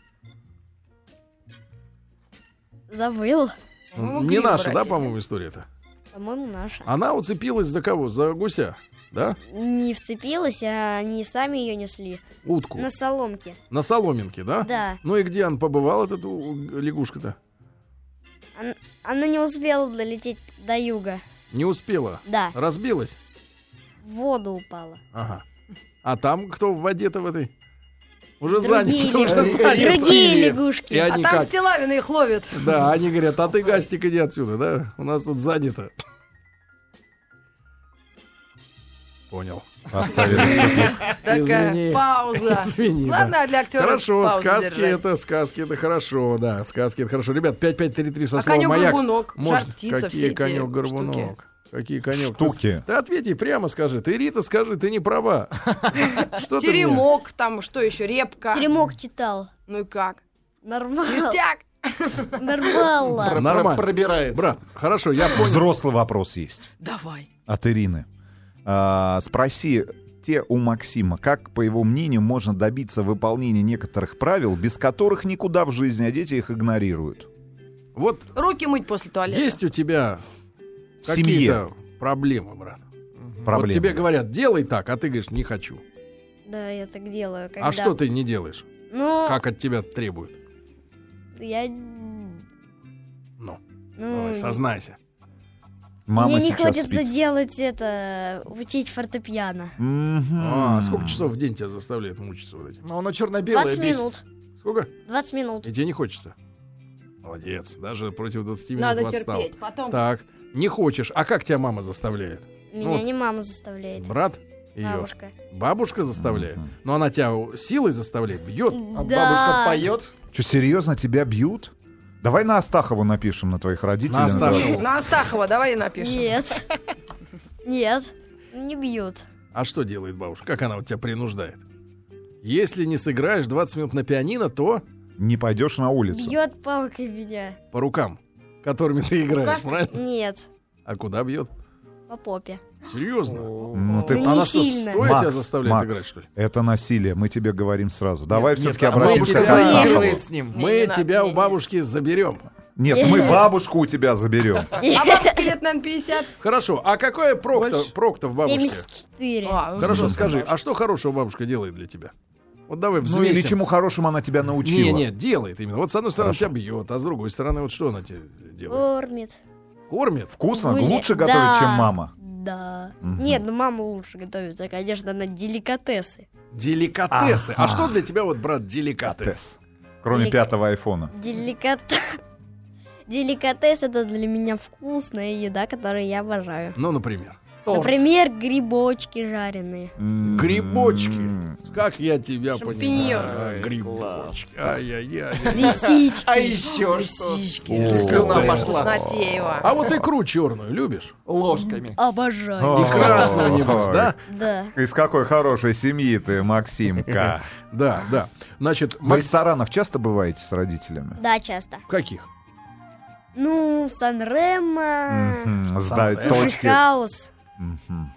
S5: Забыл,
S3: Ну,
S1: не
S3: клип
S1: наша,
S3: брать
S1: да,
S3: или-
S1: по-моему, история-то?
S5: по-моему, наша.
S1: Она уцепилась за кого? За гуся, да?
S5: Не вцепилась, а они сами ее несли.
S1: Утку.
S5: На соломке,
S1: На соломинке, да?
S5: да.
S1: Ну и где он побывал, этот у- лягушка-то?
S5: Она не успела долететь до юга,
S1: Не успела.
S5: да.
S1: Разбилась?
S5: В воду упала.
S1: Ага. А там кто в воде-то в этой? Уже
S5: Другие
S1: занято, уже
S5: лягушки.
S1: занято.
S5: Другие лягушки.
S1: И
S3: А
S1: они
S3: там
S1: как?
S3: Стилавина их ловит.
S1: Да, они говорят, а ты, Гастик, иди отсюда, да? У нас тут занято. Понял.
S2: Оставили.
S1: Извини.
S3: Такая пауза.
S1: Извини, да.
S3: Ладно, а для актера
S1: Хорошо,
S3: паузу
S1: сказки
S3: держать.
S1: это, сказки это хорошо, да, сказки это хорошо. Ребят, 5533 со
S3: А
S1: словом «Маяк».
S3: конек-горбунок,
S1: Может,
S3: жар-птица, все
S1: какие
S3: эти
S1: конек-горбунок?
S3: штуки.
S1: Какие конек?
S2: Штуки.
S1: Ты, ты ответь ей прямо скажи. Ты, Рита, скажи, ты не права. Что ты мне?
S3: Теремок, там что еще, репка.
S5: Теремок читал.
S3: Ну и как?
S5: Нормально.
S3: Ништяк!
S5: Нормально.
S4: Про-
S1: Нормально.
S4: про- Пробирается.
S1: Брат, хорошо, я понял.
S2: Взрослый вопрос есть
S3: Давай.
S2: от Ирины. А, спроси те у Максима, как, по его мнению, можно добиться выполнения некоторых правил, без которых никуда в жизни, а дети их игнорируют.
S1: Вот
S3: Руки мыть после туалета.
S1: есть у тебя
S2: В семье
S1: какие-то проблемы, брат?
S2: проблема.
S1: Вот тебе говорят, делай так, а ты говоришь, не хочу.
S5: Да, я так делаю. Когда...
S1: А что ты не делаешь?
S5: Ну,
S1: Как от тебя требуют?
S5: я... Ну,
S1: Ну, давай, сознайся.
S2: Мама
S5: мне не
S2: сейчас
S5: хочется
S2: спит.
S5: делать это, учить фортепиано.
S2: Мгм.
S1: А, сколько часов в день тебя заставляет мучиться вот этим?
S4: Но оно черно-белое.
S5: 20
S4: бесит.
S5: минут.
S1: Сколько?
S5: 20 минут.
S1: И тебе не хочется. Молодец, даже против 20 минут
S3: Надо
S1: восстал.
S3: терпеть. Потом
S1: Так, не хочешь. А как тебя мама заставляет?
S5: Меня
S1: Вот.
S5: не мама заставляет.
S1: Брат? Ее.
S5: Бабушка.
S1: Бабушка заставляет.
S2: Мгм.
S1: Но она тебя силой заставляет, бьет.
S4: А
S5: Да.
S4: бабушка поет.
S2: Чё, серьезно, тебя бьют? Давай на Астахову напишем на твоих родителей.
S1: На
S2: на твоих-
S1: Астахову.
S3: на Астахова давай и напишем.
S5: Нет. Нет. Не бьют.
S1: А что делает бабушка? Как она вот тебя принуждает? Если не сыграешь 20 минут на пианино, то
S2: Не пойдешь на улицу.
S5: Бьет палкой меня.
S1: по рукам, которыми ты играешь,
S3: Рукастый.
S1: правильно?
S5: Нет.
S1: А куда бьет?
S5: По попе.
S1: Серьезно?
S2: Ну ты
S5: Ну,
S1: Она
S5: не
S1: что,
S5: сильно.
S1: стоя тебя
S2: Макс,
S1: заставляет
S2: Макс,
S1: играть, что ли?
S2: Это насилие, мы тебе говорим сразу. Давай
S4: Нет,
S2: все-таки
S4: нет, а
S2: обратимся
S4: бабушка
S2: к Астахову.
S4: заигрывает с ним.
S3: Не,
S1: Мы
S3: не надо,
S1: тебя
S3: не,
S1: у
S3: не.
S1: бабушки заберем.
S2: Нет, мы бабушку у тебя заберем.
S3: А бабушке лет, наверное, 50.
S1: Хорошо, а какое прокто,
S3: Больше?
S1: прокто в бабушке?
S5: 74.
S3: А, ну
S1: Хорошо,
S3: что,
S1: скажи, а что хорошего бабушка делает для тебя? Вот давай
S2: Ну
S1: взвесим.
S2: или чему хорошему она тебя научила?
S1: Не, не, делает именно. Вот с одной стороны
S2: Хорошо.
S1: тебя бьет, а с другой стороны вот что она тебе делает?
S5: Кормит.
S1: Кормит?
S2: Вкусно,
S5: Были-
S2: лучше готовить,
S5: да.
S2: чем мама.
S5: Да.
S2: Мгм.
S5: Нет, ну мама лучше готовит. а, Конечно, она деликатесы.
S1: Деликатесы. А
S2: Ага.
S1: что для тебя вот, брат, деликатес?
S2: Катес. Кроме
S5: Или-
S2: пятого айфона.
S5: Деликат... Деликатес это для меня вкусная еда, которую я обожаю.
S1: Ну, например.
S4: Торт.
S5: Например, грибочки жареные.
S2: М,
S1: Грибочки. Как я тебя
S3: Шампиньоны.
S1: понимаю.
S4: Ай, класс.
S1: Грибочки. Ай-яй-яй.
S5: Лисички.
S4: А еще что?
S1: О.
S3: Лисички.
S4: Слюна
S1: Ой,
S4: пошла.
S1: А вот икру черную любишь?
S4: Ложками.
S5: Обожаю.
S1: И
S2: О.
S1: красную небось, да?
S5: Да.
S2: Из какой хорошей семьи ты, Максимка.
S1: Да, да. Значит,
S2: В
S1: Макс,
S2: ресторанах часто бываете с родителями?
S5: Да, часто.
S1: каких?
S5: Ну, Санремо,
S2: Мгм, Сдать
S1: Суши
S5: Суши
S2: точки.
S5: Хаус,
S2: Мгм.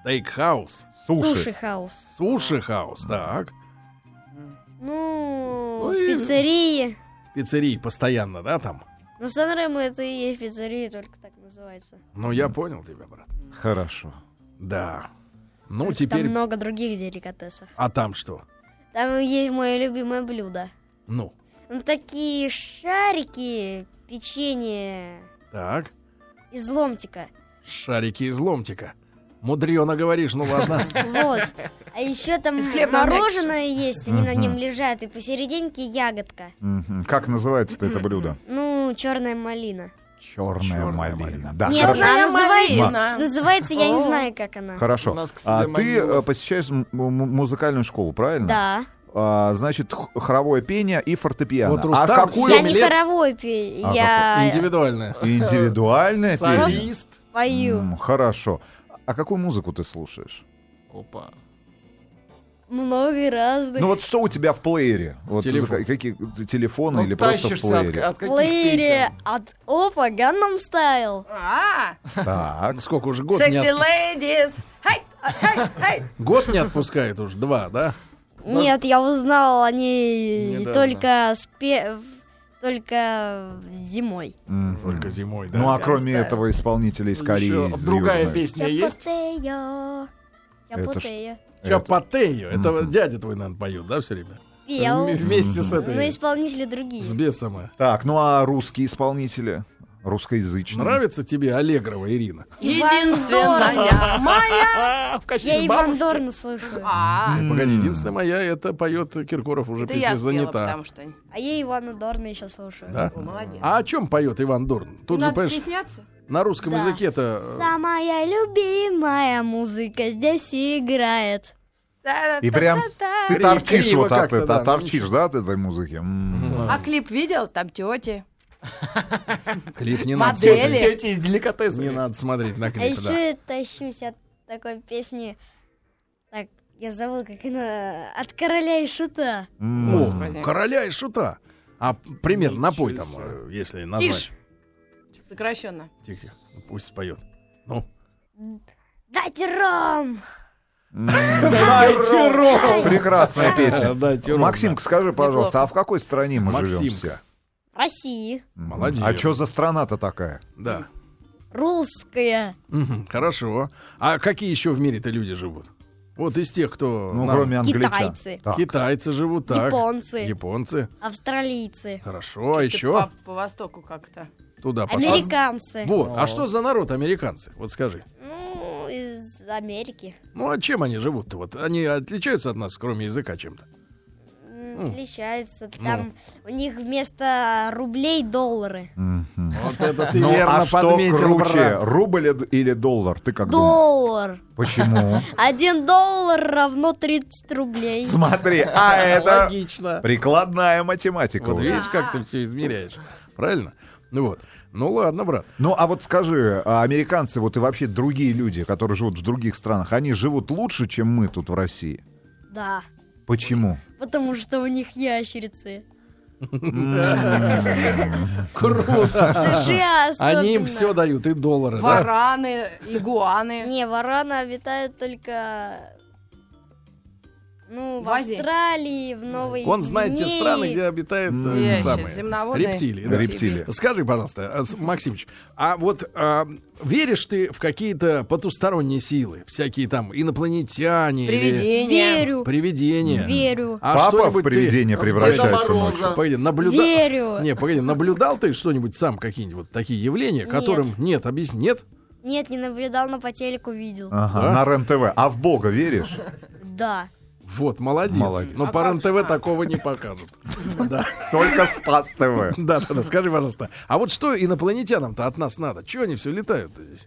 S1: Стейкхаус,
S5: Суши Хаус.
S1: суши-хаус, так.
S5: Ну,
S1: Ну
S5: в
S1: и-
S5: пиццерии.
S1: Пиццерии постоянно, да, там?
S5: Ну, Санремо это и есть пиццерия, только так называется.
S1: Ну, я понял тебя, брат.
S2: Хорошо.
S1: Да. Ну,
S5: Только
S1: теперь...
S5: Там много других деликатесов.
S1: А там что?
S5: Там есть мое любимое блюдо.
S1: Ну,
S5: Ну, такие шарики, печенье
S1: так.
S5: из ломтика.
S1: Шарики из ломтика. Мудрено говоришь, ну ладно.
S5: Вот. А еще там
S3: Из хлебного
S5: мороженое есть, они на
S2: Мгм.
S5: нем лежат, и посерединке ягодка.
S2: Мгм. Как называется это блюдо?
S5: Ну, черная малина.
S2: Черная
S1: Чёрная
S2: малина.
S1: малина.
S2: Да,
S5: Не,
S2: хорошо.
S5: она называется,
S3: малина.
S5: называется, я не
S3: О.
S5: знаю, как она.
S2: Хорошо.
S4: У нас к себе
S2: А ты
S4: могила.
S2: э, посещаешь м- м- музыкальную школу, правильно?
S5: Да.
S2: А, значит, х- хоровое пение и фортепиано.
S1: Вот Рустам
S2: а какую
S5: Я
S1: Семь
S5: не
S1: лет?
S5: хоровой пею,
S2: А,
S5: я
S1: Индивидуальное.
S2: индивидуальное пение?
S4: Солист.
S5: пою
S2: М, Хорошо. А какую музыку ты слушаешь?
S4: Опа.
S5: много разных.
S2: Ну вот что у тебя в плеере? Вот
S1: Телефон.
S2: за- какие т- телефоны или
S4: Ну,
S2: просто в
S4: тащишься от
S2: плеере?
S4: от
S5: В
S4: каких
S5: плеере
S4: песен?
S5: от Опа Gangnam Style.
S3: А,
S2: Так.
S1: Сколько уже? Год не,
S3: секси
S1: от-
S3: лэдис. Хай, хай, хай.
S1: год не отпускает уже. Два, да?
S5: Нет, я узнал о ней
S4: Недавно.
S5: только спе- в- только зимой.
S2: Мгм.
S1: Только зимой, да?
S2: Ну а кроме
S3: ставлю.
S2: этого исполнителя из Кореи.
S4: Еще
S2: из
S4: другая
S2: Южной.
S4: песня есть?
S5: Чапотея,
S2: Это ж-
S5: Чапотея.
S2: Это-
S1: Чапатею. Это
S2: Мгм.
S1: дядя твой, наверное, поет, да, все время?
S5: Пел,
S1: Вм- Вместе с
S2: Мгм.
S5: но
S1: этой...
S5: исполнители
S1: С
S5: другие.
S1: бесом. а.
S2: Так, ну а русские исполнители? Русскоязычные.
S1: Нравится тебе Аллегрова Ирина?
S3: Единственная моя.
S4: А, в качестве
S5: Я Иван
S4: бабушки.
S5: Дорна слушаю.
S3: А,
S1: Не, Погоди, единственная моя, это поет Киркоров уже
S3: это
S1: песня
S3: я спела,
S1: занята.
S3: потому что...
S5: А я Ивана Дорна еще слушаю.
S1: Да?
S3: О, молодец.
S1: А о чем поет Иван Дорн? Тут же,
S3: Надо
S1: понимаешь,
S3: стесняться.
S1: на русском
S5: Да.
S1: языке-то... э,
S5: Самая любимая музыка здесь играет.
S2: И прям ты торчишь
S1: Криво
S2: вот от
S1: как-то,
S2: этого,
S1: да, ну
S2: торчишь, да, от этой музыки? М.
S3: А клип видел? Там тети.
S1: э, Клип не надо
S3: Модели.
S1: смотреть.
S4: Все эти из деликатесов.
S1: Не надо смотреть на
S5: А
S1: клип, да.
S5: еще тащусь от такой песни. Так, я забыл, как она. От короля и шута.
S2: М.
S1: О,
S3: Господи.
S1: короля и шута. А пример напой там,
S4: Ничего
S1: э, если назвать.
S3: Тише. Сокращенно.
S1: Тихо, пусть споет. Ну.
S5: Дайте ром!
S2: М.
S1: Дайте ром!
S2: Прекрасная песня.
S1: Дайте ром,
S2: Максимка, скажи, пожалуйста,
S3: Неплохо.
S2: а в какой стране мы живем
S1: Максимка.
S2: все?
S5: В России.
S2: М.
S1: Молодец.
S2: А что за страна-то такая?
S1: Да.
S5: Русская.
S1: Мгм, Хорошо. А какие еще в мире-то люди живут? Вот из тех, кто...
S2: Ну,
S1: нам-
S2: кроме англичан.
S5: Китайцы.
S2: Так.
S1: Китайцы живут так.
S5: Японцы.
S1: Японцы.
S5: Австралийцы.
S1: Хорошо, а
S3: Ты
S1: еще
S3: По, по востоку как-то.
S1: туда пошли.
S5: Американцы.
S1: Вот, а что за народ американцы? Вот скажи.
S5: Ну, из Америки.
S1: Ну, а чем они живут-то? Вот они отличаются от нас, кроме языка, чем-то?
S5: М,
S1: Ну.
S5: Отличаются. Там у них вместо рублей доллары.
S2: Мгм.
S1: Вот это ты
S2: Ну,
S1: верно
S2: а что
S1: подметил,
S2: круче,
S1: брат.
S2: рубль и- или доллар? Ты как думаешь?
S5: Доллар.
S2: Почему?
S5: Один доллар равно 30 рублей.
S2: Смотри, а это
S1: Логично.
S2: прикладная математика.
S1: Вот
S2: уже.
S1: видишь, как ты все измеряешь. Правильно? Ну вот. Ну ладно, брат.
S2: Ну, а вот скажи, а американцы, вот и вообще другие люди, которые живут в других странах, они живут лучше, чем мы тут в России?
S5: Да.
S2: Почему?
S5: Потому что у них ящерицы.
S1: Круто.
S5: В США особенно.
S1: А, Они им все дают, и доллары, да?
S3: Вараны, игуаны.
S5: Не, вараны обитают только... Ну, в,
S3: В Азии?
S5: Австралии, в Новой
S1: Он знает те
S5: Гвинее.
S1: страны, где обитают
S2: М.
S1: э, эти
S2: Ящерицы,
S1: самые
S3: земноводные.
S1: рептилии. да.
S2: Рептилии.
S1: Скажи, пожалуйста, а, с- Максимыч, а вот а, веришь ты в какие-то потусторонние силы? Всякие там инопланетяне или
S3: Привидения.
S5: Верю,
S1: привидения?
S5: верю,
S1: А
S2: Папа в
S1: что-нибудь ты...
S2: привидение превращается
S4: Деда
S2: ночью.
S4: Мороза.
S1: Погоди, наблюда-
S5: верю.
S1: Не, погоди, наблюдал ты что-нибудь сам какие-нибудь вот такие явления,
S5: Нет.
S1: которым нет, объясни, нет?
S5: Нет, не наблюдал, но по телеку видел.
S2: Ага,
S1: Да?
S2: на РЕН-ТВ. А в Бога веришь?
S5: Да.
S1: Вот, молодец.
S2: Молодец.
S1: Но по РЕН-ТВ такого не покажут. Да,
S2: Только Спас ТВ.
S1: да, да, да, скажи, пожалуйста. А вот что инопланетянам-то от нас надо? Чего они все летают здесь?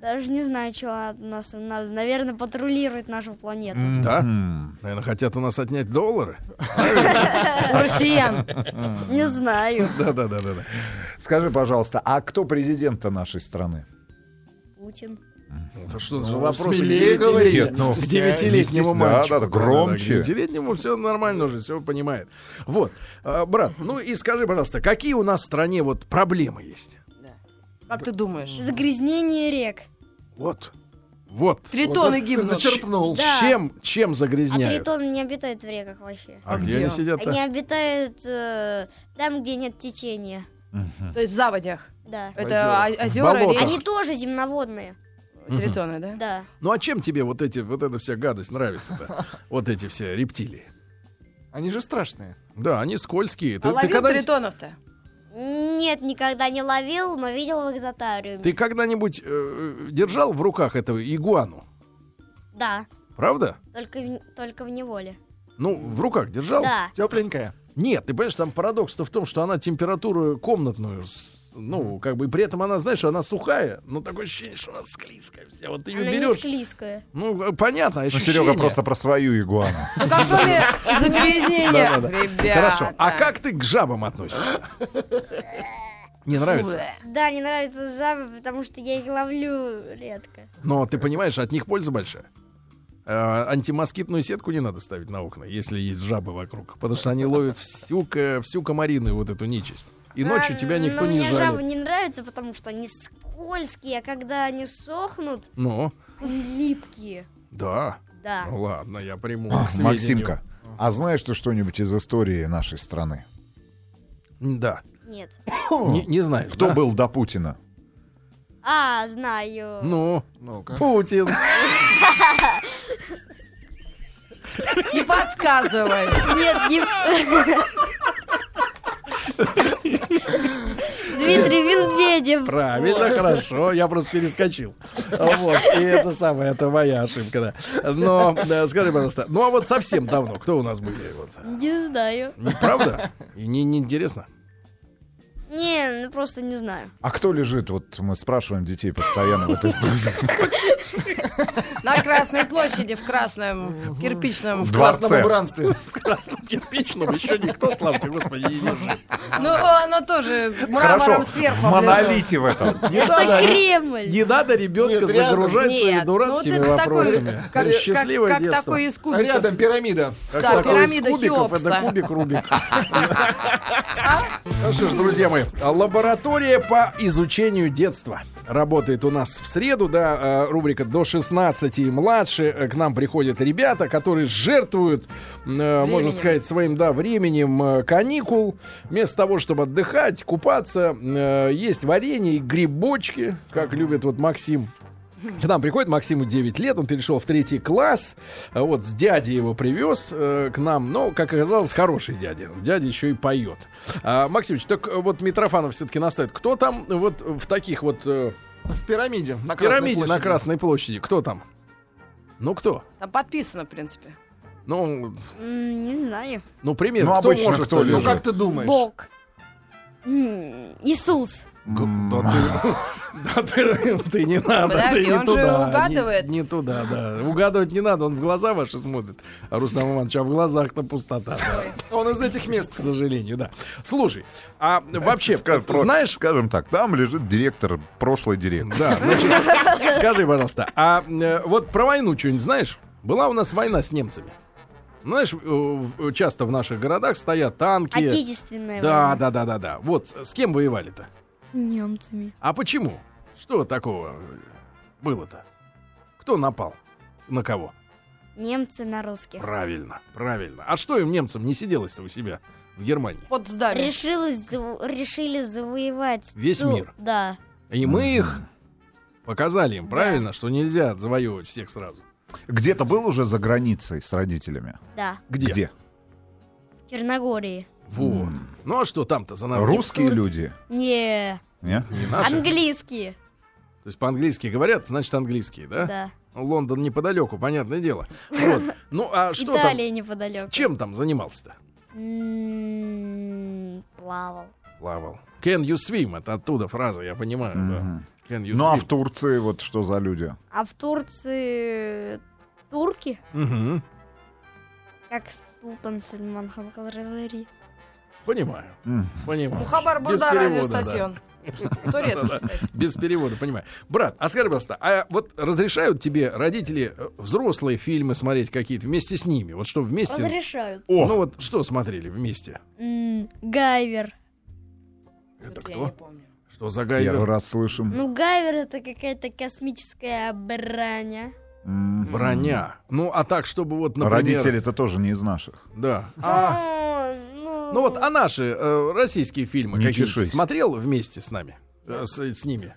S5: Даже не знаю, чего от нас им надо. Наверное, патрулирует нашу планету.
S1: Да?
S2: Мгм.
S1: Наверное, хотят у нас отнять доллары.
S3: У россиян.
S5: Не знаю.
S1: Да-да-да-да.
S2: Скажи, пожалуйста, а кто президент нашей страны?
S5: Путин.
S1: Это что за
S4: Ну,
S1: вопрос?
S4: смелее говори, не
S1: ну, к
S4: стесняйся.
S1: девятилетнему
S2: Естественно,
S1: мальчику.
S2: да, да, громче.
S1: к девятилетнему все нормально уже, все понимает. Вот, А, брат, ну и скажи, пожалуйста, какие у нас в стране вот проблемы есть?
S3: Как ты думаешь?
S5: Загрязнение рек.
S1: Вот, вот.
S3: Тритоны
S4: Ты
S3: гибнут.
S4: Зачерпнул.
S5: Да.
S1: Чем, чем
S5: А
S1: загрязняют?
S5: тритоны не обитают в реках вообще.
S1: А
S3: А
S1: где
S3: где?
S1: они сидят-то?
S5: Они обитают э, там, где нет течения.
S2: Мгм.
S3: То есть в заводях.
S5: Да.
S3: Это о-
S1: В
S3: озера,
S1: болотах.
S5: Они
S3: реки.
S5: тоже земноводные.
S1: Мгм.
S3: Тритоны, да?
S5: Да.
S1: Ну а чем тебе вот эти, вот эта вся гадость нравится-то? Вот эти все рептилии.
S4: Они же страшные.
S1: Да, они скользкие. Ты,
S3: а
S1: ты
S3: ловил
S1: когда-нибудь,
S3: тритонов-то?
S5: Нет, никогда не ловил, но видел в экзотариуме.
S1: ты когда-нибудь э, держал в руках этого игуану?
S5: Да.
S1: Правда?
S5: Только в, только в неволе.
S1: Ну, в руках держал?
S5: Да.
S4: Тепленькая.
S1: Нет, ты понимаешь, там парадокс-то в том, что она температуру комнатную, с- ну, как бы, и при этом она, знаешь, она сухая, но такое ощущение, что она склизкая вся. Вот ты ее
S5: Она не
S1: берешь,
S5: склизкая.
S1: ну, э, понятно,
S2: Ну,
S1: ощущение.
S2: Серега просто про свою игуану.
S3: Ну, как кроме загрязнения.
S1: Да-да-да.
S3: Ребята.
S1: Хорошо. А как ты к жабам относишься? Не нравится.
S3: Блэ.
S5: Да, не нравится запах, потому что я их ловлю редко.
S1: Но ты понимаешь, от них польза большая. Э, Антимоскитную сетку не надо ставить на окна, если есть жабы вокруг. Потому что они ловят всю, ко- всю комарину, вот эту нечисть. И ночью
S5: А,
S1: тебя никто
S5: но
S1: не
S5: мне жабы
S1: жалит.
S5: не нравятся, потому что они скользкие, а когда они сохнут,
S1: Ну,
S5: они липкие.
S1: да.
S5: Да.
S1: Ну ладно, я приму. к сведению.
S2: А, Максимка, а знаешь ты что-нибудь из истории нашей страны?
S1: Да.
S5: Нет.
S1: Не, не знаешь.
S2: Кто
S1: да?
S2: был до Путина?
S5: А, знаю.
S1: Ну,
S4: Ну-ка.
S1: Путин.
S3: Не подсказывай.
S5: Нет, не... Дмитрий Медведев.
S1: Правильно, хорошо. Я просто перескочил. Вот. И это самое, это моя ошибка, да. Но, да, скажи, пожалуйста, ну а вот совсем давно, кто у нас были? Вот.
S5: Не знаю.
S1: Не правда? И не, не интересно?
S5: Не, ну просто не знаю.
S2: А кто лежит? Вот мы спрашиваем детей постоянно в этой студии.
S3: На Красной площади в красном кирпичном.
S2: В
S4: В красном
S2: дворце.
S4: убранстве.
S1: В красном кирпичном еще никто, славьте господи, не лежит.
S3: Ну, оно тоже
S2: Хорошо,
S3: мрамором
S2: в
S3: сверху. облицовано.
S2: монолите в этом.
S1: Не
S5: Это
S1: надо,
S5: Кремль.
S1: не надо ребенка
S4: Нет, рядом.
S1: загружать своими
S3: Нет, ну
S1: дурацкими
S3: вот это такой,
S1: вопросами. Э,
S3: как- как-
S1: Счастливое
S3: как
S1: детство.
S3: такой из
S4: А
S3: кубиков.
S4: рядом пирамида.
S1: Как
S3: Да,
S1: такой из
S3: пирамида
S1: кубиков, это
S3: Хеопса.
S1: кубик Рубик. Ну что ж, друзья мои, лаборатория по изучению детства работает у нас в среду, да, э, рубрика «До 16 и младше». Э, К нам приходят ребята, которые жертвуют, э, можно
S3: Временем.
S1: сказать, своим, да, временем э, каникул. Вместо того, чтобы отдыхать, купаться, э, есть варенье и грибочки, как любит вот Максим. К нам приходит Максиму 9 лет, он перешел в третий класс. А Вот с дяди его привез э, к нам, но, как оказалось, хороший дядя. Дядя еще и поет. А, Максимович, так э, вот Митрофанов все-таки наставит. Кто там э, вот в таких вот э,
S4: В пирамиде. На Красной
S1: пирамиде на
S4: площади.
S1: Красной площади? Кто там? Ну кто?
S3: Там подписано, в принципе.
S1: Ну,
S5: М, Не знаю.
S1: ну пример.
S2: Ну,
S1: кто
S2: обычно
S1: может?
S2: кто
S4: Ну
S2: лежит?
S4: как ты думаешь?
S5: Бог. М, Иисус.
S1: Г- Да ты, да ты, ты не надо,
S3: Подожди,
S1: ты не
S3: он же
S1: туда.
S3: угадывает.
S1: Не, не туда, да. Угадывать не надо, он в глаза ваши смотрит. А Рустам Иванович, а в глазах-то пустота. да.
S4: Он из этих мест.
S1: к сожалению, да. Слушай, а вообще,
S2: Скажем, про-
S1: знаешь,
S2: Скажем так, там лежит директор, прошлый директор.
S1: да, значит, скажи, пожалуйста, а э, вот про войну что-нибудь знаешь? Была у нас война с немцами. Знаешь, э, в- часто в наших городах стоят танки.
S5: Отечественная
S1: Да,
S5: война.
S1: да, да, да, да. Вот с- с кем воевали-то?
S5: Немцами.
S1: А почему? Что такого э, было-то? Кто напал? На кого?
S5: Немцы на русских.
S1: Правильно, правильно. А что им немцам не сиделось-то у себя в Германии?
S3: Вот сдали.
S5: Решилось, заво- решили завоевать.
S1: Весь
S5: ту-
S1: мир.
S5: Да.
S1: И мы их показали им, правильно, что нельзя отвоевывать всех сразу.
S2: Где-то был уже за границей с родителями?
S5: Да.
S1: Где?
S2: Где?
S5: В Черногории.
S1: Вот. Ну а что там-то за народ?
S2: Русские люди?
S5: Не.
S2: Не?
S1: Не наши.
S5: Английские.
S1: То есть по-английски говорят, значит английские, да?
S5: Да.
S1: Ну, Лондон неподалеку, понятное дело. Вот. Ну а что
S5: Италия неподалеку.
S1: там? Чем там занимался-то?
S5: М, Плавал. М-м-м,
S1: Плавал. Can you swim? Это оттуда фраза, я понимаю. да.
S2: Мгм.
S1: Can you
S2: Ну а в
S1: sleep?
S2: Турции вот что за люди?
S5: А в Турции турки,
S1: Мгм.
S5: как Султан Сульман Хамхаларвери.
S1: Понимаю,
S2: М.
S1: понимаю.
S3: Бухабар
S1: Без
S3: Бурда
S1: перевода,
S3: радиостасьон. Турецкий, кстати.
S1: Без перевода, понимаю. Брат, а скажи, пожалуйста, а вот разрешают тебе родители э, взрослые фильмы смотреть какие-то вместе с ними? Вот что вместе...
S5: Разрешают.
S2: О,
S1: Ну вот что смотрели вместе?
S5: М, Гайвер.
S1: Это
S3: Вот я не
S1: кто?
S3: помню.
S1: Что за
S2: первый
S1: Гайвер?
S2: раз слышим.
S5: Ну, Гайвер это какая-то космическая а? броня.
S2: М.
S1: Броня. Ну, а так, чтобы вот, например...
S2: Родители-то тоже не из наших.
S1: Да. А,
S5: Ну,
S1: Ну вот, а наши э, российские фильмы
S2: Не
S1: какие
S2: чешись.
S1: смотрел вместе с нами? Э, с, с ними?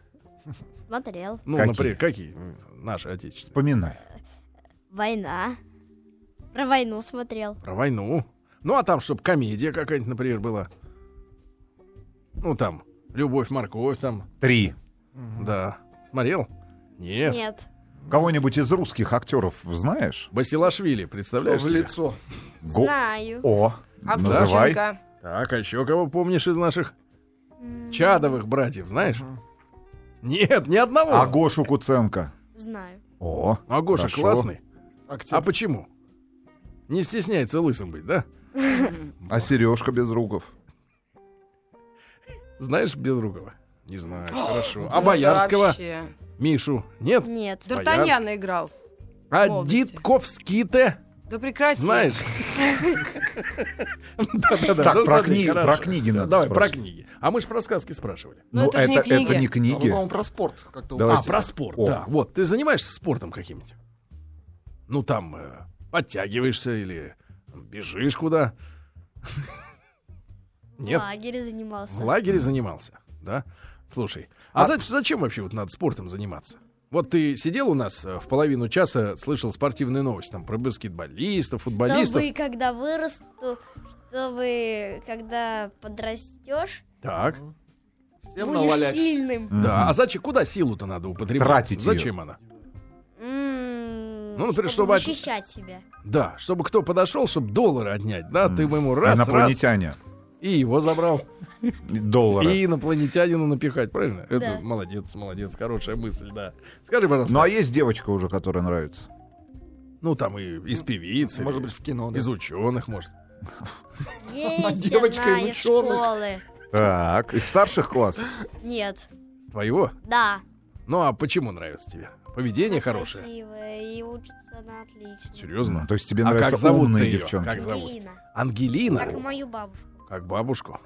S5: Смотрел.
S1: Ну,
S2: Какие?
S1: например, какие м, наши отечественные?
S2: Вспоминай.
S5: Война. Про войну смотрел.
S1: Про войну. Ну, а там, чтобы комедия какая-нибудь, например, была. Ну, там, «Любовь, морковь», там,
S2: Три.
S1: да. Смотрел? Нет.
S5: Нет.
S2: Кого-нибудь из русских актеров знаешь?
S1: Басилашвили, представляешь
S4: В
S1: себе?
S4: лицо.
S2: Го-
S5: Знаю.
S2: О,
S1: А
S2: называй.
S3: Абдушенко.
S1: Так, а еще кого помнишь из наших чадовых братьев, знаешь? Нет, ни одного.
S2: А Гошу Куценко.
S5: Знаю.
S2: О,
S1: А Гоша
S2: хорошо.
S1: классный.
S4: Актер.
S1: А почему? Не стесняется лысым быть, да?
S2: А Сережка Безруков.
S1: Знаешь Безрукова? Не знаю, хорошо. А
S3: Ну,
S1: Боярского?
S3: вообще.
S1: Мишу? Нет?
S5: Нет.
S1: Боярский.
S3: Д'Артаньяна играл.
S1: А
S3: молодости.
S1: Дитковский-то?
S3: Да прекрати.
S1: Знаешь? Да-да-да,
S2: Так,
S1: ну,
S2: про
S1: смотри,
S2: книги-
S1: хорошо.
S2: про книги надо
S1: Давай, про
S2: спрашивать.
S1: книги. А мы же про сказки спрашивали.
S3: Ну, это ж не книги.
S2: это не
S4: А вы,
S2: книги.
S4: по-моему, про спорт как-то
S2: Давай.
S1: А,
S2: Давайте.
S1: про спорт,
S2: О.
S1: да. Вот, ты занимаешься спортом каким-нибудь? Ну, там, э, подтягиваешься или бежишь куда? Нет?
S5: В лагере занимался.
S1: В лагере занимался, да? Слушай, а, за- зачем вообще вот надо спортом заниматься? Вот ты сидел у нас э, в половину часа, слышал спортивные новости там про баскетболистов, футболистов.
S5: Чтобы, когда вырасту, чтобы, когда подрастешь,
S1: Так,
S4: Всем
S5: будешь
S4: навалять.
S5: сильным.
S2: Мгм.
S1: да. А зачем, куда силу-то надо употреблять?
S2: Тратить её.
S1: Зачем она?
S5: М,
S1: Ну, например, чтобы от-
S5: защищать себя.
S1: Да, чтобы кто подошел, чтобы доллары отнять, да? Ты бы ему раз, раз,
S2: Инопланетяне.
S1: и его забрал.
S2: Доллары.
S1: И инопланетянину напихать, правильно? Это
S5: Да.
S1: молодец, молодец, хорошая мысль, да. Скажи, пожалуйста,
S2: Ну
S1: ну,
S2: а есть девочка уже, которая нравится?
S1: там и из певиц,
S4: Может
S1: или
S4: быть, в кино. да.
S1: из ученых, может.
S5: Есть
S4: девочка
S5: одна
S4: из
S5: из
S4: учёных.
S5: школы.
S2: Так, из старших классов.
S5: Нет.
S1: Твоего?
S5: Да.
S1: Ну а почему нравится тебе? Поведение
S5: Она
S1: хорошее.
S5: красивая и учится она отлично.
S1: Серьезно?
S2: То есть тебе
S1: А
S2: нравятся
S1: как зовут
S2: умные
S1: ты её?
S2: девчонки?
S1: Как зовут? Ну.
S5: Ангелина.
S1: Ангелина?
S5: Как мою бабушку.
S1: Как бабушку.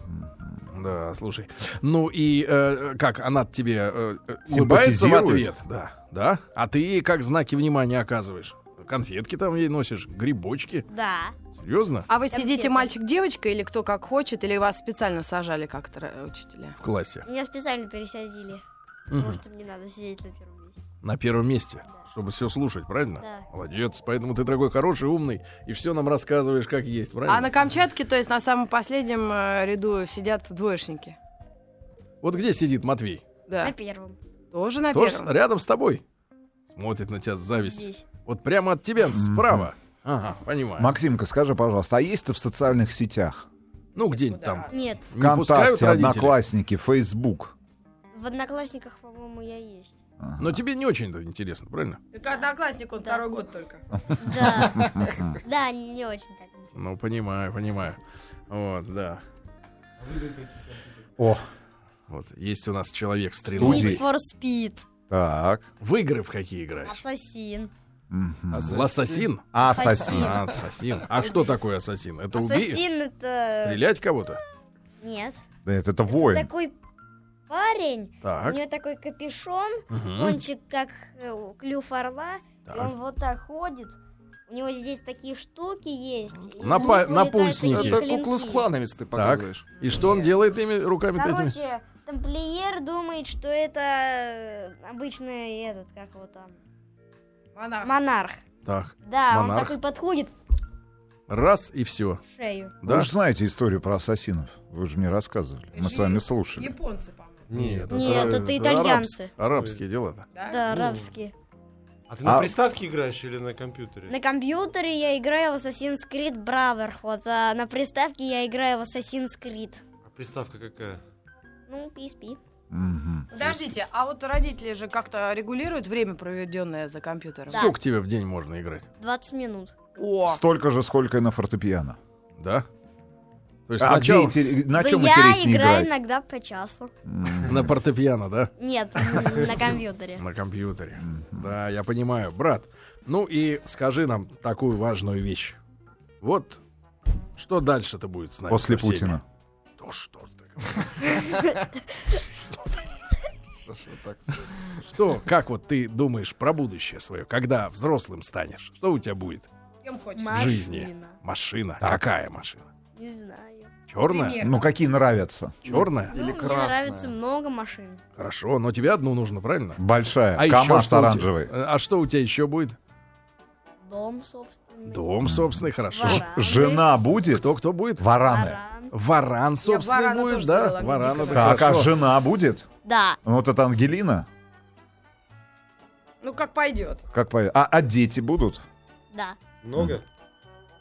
S1: Да, слушай. Ну и э, как она тебе э, э, улыбается в
S2: Симпатизирует?
S1: ответ? Да. Да? А ты ей как знаки внимания оказываешь? Конфетки там ей носишь, грибочки.
S5: Да.
S1: Серьезно?
S3: А вы
S5: Конфеты.
S3: сидите мальчик-девочка или кто как хочет, или вас специально сажали как-то э, учителя?
S1: В классе.
S5: Меня специально пересадили.
S1: Мгм.
S5: Потому что мне надо сидеть на первом месте.
S1: На первом месте, чтобы все слушать, правильно?
S5: Да.
S1: Молодец, поэтому ты такой хороший, умный, и все нам рассказываешь, как есть, правильно?
S3: А на Камчатке, то есть на самом последнем э, ряду сидят двоечники.
S1: Вот где сидит Матвей?
S5: На
S3: Да.
S5: первом.
S3: Тоже на
S1: Тоже
S3: первом.
S1: с- рядом с тобой. Смотрит на тебя с завистью.
S5: Здесь.
S1: Вот прямо от тебя справа. Ага, понимаю.
S2: Максимка, скажи, пожалуйста, а есть ты в социальных сетях?
S1: Ну, где-нибудь там.
S5: Нет.
S1: Не пускают
S2: Вконтакте,
S1: родители.
S2: Одноклассники, Фейсбук.
S5: В Одноклассниках, по-моему, я есть.
S1: Но тебе не очень-то интересно, правильно?
S3: Так одноклассник, он
S5: Да. второй
S3: год только.
S5: Да. Да, не очень так.
S1: Ну, понимаю, понимаю. Вот, да.
S2: О,
S1: Вот, есть у нас человек
S5: Need
S1: стрелы.
S5: for Speed.
S2: так.
S1: В игры в какие играешь?
S5: Ассасин.
S1: А
S2: Мгм.
S4: Ассасин.
S1: Ассасин.
S2: Ассасин.
S5: Ассасин.
S1: А, ассасин. А что такое ассасин? Это уби...
S5: Ассасин э, это...
S1: Стрелять кого-то?
S5: Нет.
S2: Нет, это воин.
S5: Такой парень. У
S1: Так.
S5: него такой капюшон.
S1: Мгм.
S5: Кончик как э, клюв орла, и
S1: Так.
S5: он вот так ходит. У него здесь такие штуки есть. и
S1: На
S5: из
S1: па-
S5: них
S1: на
S5: вылетают
S1: пульсники.
S5: такие
S4: Это
S5: клинки.
S4: куклус клановец ты показываешь.
S1: И что он делает ими руками-то этими?
S5: Короче, тамплиер думает, что это э, обычный этот, как его там,
S3: А.
S5: монарх.
S1: Так.
S5: Да, он
S1: Монарх.
S5: такой подходит
S1: Раз и все.
S5: в шею.
S2: Вы
S1: Да?
S2: же знаете историю про ассасинов. Вы же мне рассказывали. Мы с вами слушали.
S3: Японцы, по-моему.
S1: Нет,
S5: Нет, это итальянцы.
S1: арабс- Арабские дела-то.
S5: Да, арабские.
S6: А ты на
S2: А-
S6: приставке играешь или на компьютере?
S5: На компьютере я играю в Assassin's Creed Brotherhood, а на приставке я играю в Assassin's Creed.
S6: А приставка какая?
S5: Ну, PSP.
S2: Мгм.
S3: Подождите, а вот родители же как-то регулируют время, проведенное за компьютером?
S5: Да.
S1: Сколько тебе в день можно играть?
S5: 20 минут.
S3: О,
S2: Столько же, сколько и на фортепиано.
S1: Да? То есть
S2: А где
S1: сначала
S2: интерес- на
S5: Да
S2: чем
S5: Ну, я
S2: интереснее
S5: играю
S2: играть?
S5: иногда по часу.
S2: Мгм.
S1: на фортепиано, да?
S5: Нет, м, на компьютере.
S1: На компьютере.
S2: Мгм.
S1: Да, я понимаю, брат. Ну и скажи нам такую важную вещь. Вот что дальше-то будет с нами?
S2: После
S1: со всеми?
S2: Путина.
S1: Да что ты
S4: Хорошо, так.
S1: Что, как вот ты думаешь про будущее свое, когда взрослым станешь? Что у тебя будет?
S3: кем хочешь.
S1: в жизни. Машина. Какая машина?
S5: Не знаю.
S1: Черная?
S3: Пример.
S2: Ну, какие нравятся?
S1: Черная?
S4: Или
S5: ну,
S4: красная.
S5: мне нравится много машин.
S1: Хорошо, но тебе одну нужно, правильно?
S2: Большая.
S1: А ещё
S2: КамАЗ
S1: что у тебя-
S2: оранжевый.
S1: А что у тебя еще будет?
S5: Дом собственный.
S1: Дом собственный, хорошо.
S5: Варан.
S2: Жена будет?
S1: Кто кто будет?
S2: Вараны.
S5: Баран.
S1: Варан собственный
S3: варана
S1: будет,
S3: тоже
S1: да?
S3: сказала, мне
S1: Варан
S3: дико
S1: это
S2: Так, а
S1: хорошо.
S2: жена будет?
S5: Да.
S2: Вот это Ангелина.
S3: Ну, как пойдет.
S2: Как по... а, а дети будут?
S5: Да.
S6: Много?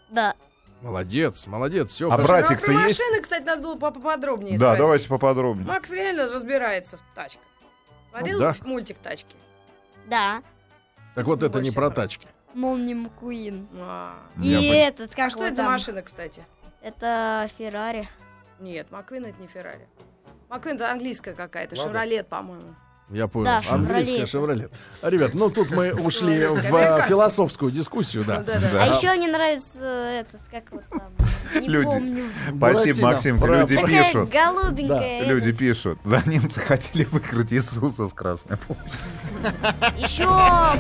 S5: Да.
S1: Молодец, молодец, все
S2: А
S1: хорошо.
S2: брат- Братик-то
S3: ну, про
S2: есть?
S3: машины, кстати, надо было по- поподробнее
S2: Да,
S3: спросить.
S2: давайте поподробнее.
S3: Макс реально разбирается в тачках. Смотрел
S1: да.
S3: мультик «Тачки»?
S5: Да.
S1: Так вот это не
S3: Больше
S1: про
S3: нравится.
S1: тачки.
S5: Молния Макуин.
S3: А,
S5: И
S2: Я понял.
S5: этот, как
S3: что
S5: его
S3: это за
S5: там?
S3: машина, кстати?
S5: Это Феррари.
S3: Нет, Маквин это не Феррари. Маквин это английская какая-то,
S6: Лада?
S3: Шевролет, по-моему.
S1: Я понял.
S5: Да,
S1: Английская «Шевролет». Ребят, ну тут мы ушли
S3: Ну,
S1: в э,
S3: американская.
S1: философскую дискуссию,
S3: Ну,
S1: да.
S5: А
S2: Да.
S5: еще мне нравится э, этот, как вот там, не
S2: Люди.
S5: помню.
S1: Ну,
S2: Спасибо,
S1: Буратино.
S2: Максимка.
S1: Правда.
S2: Люди
S5: Такая
S2: пишут.
S5: голубенькая.
S2: Люди пишут. Да, немцы хотели выкрыть Иисуса с красной
S5: Еще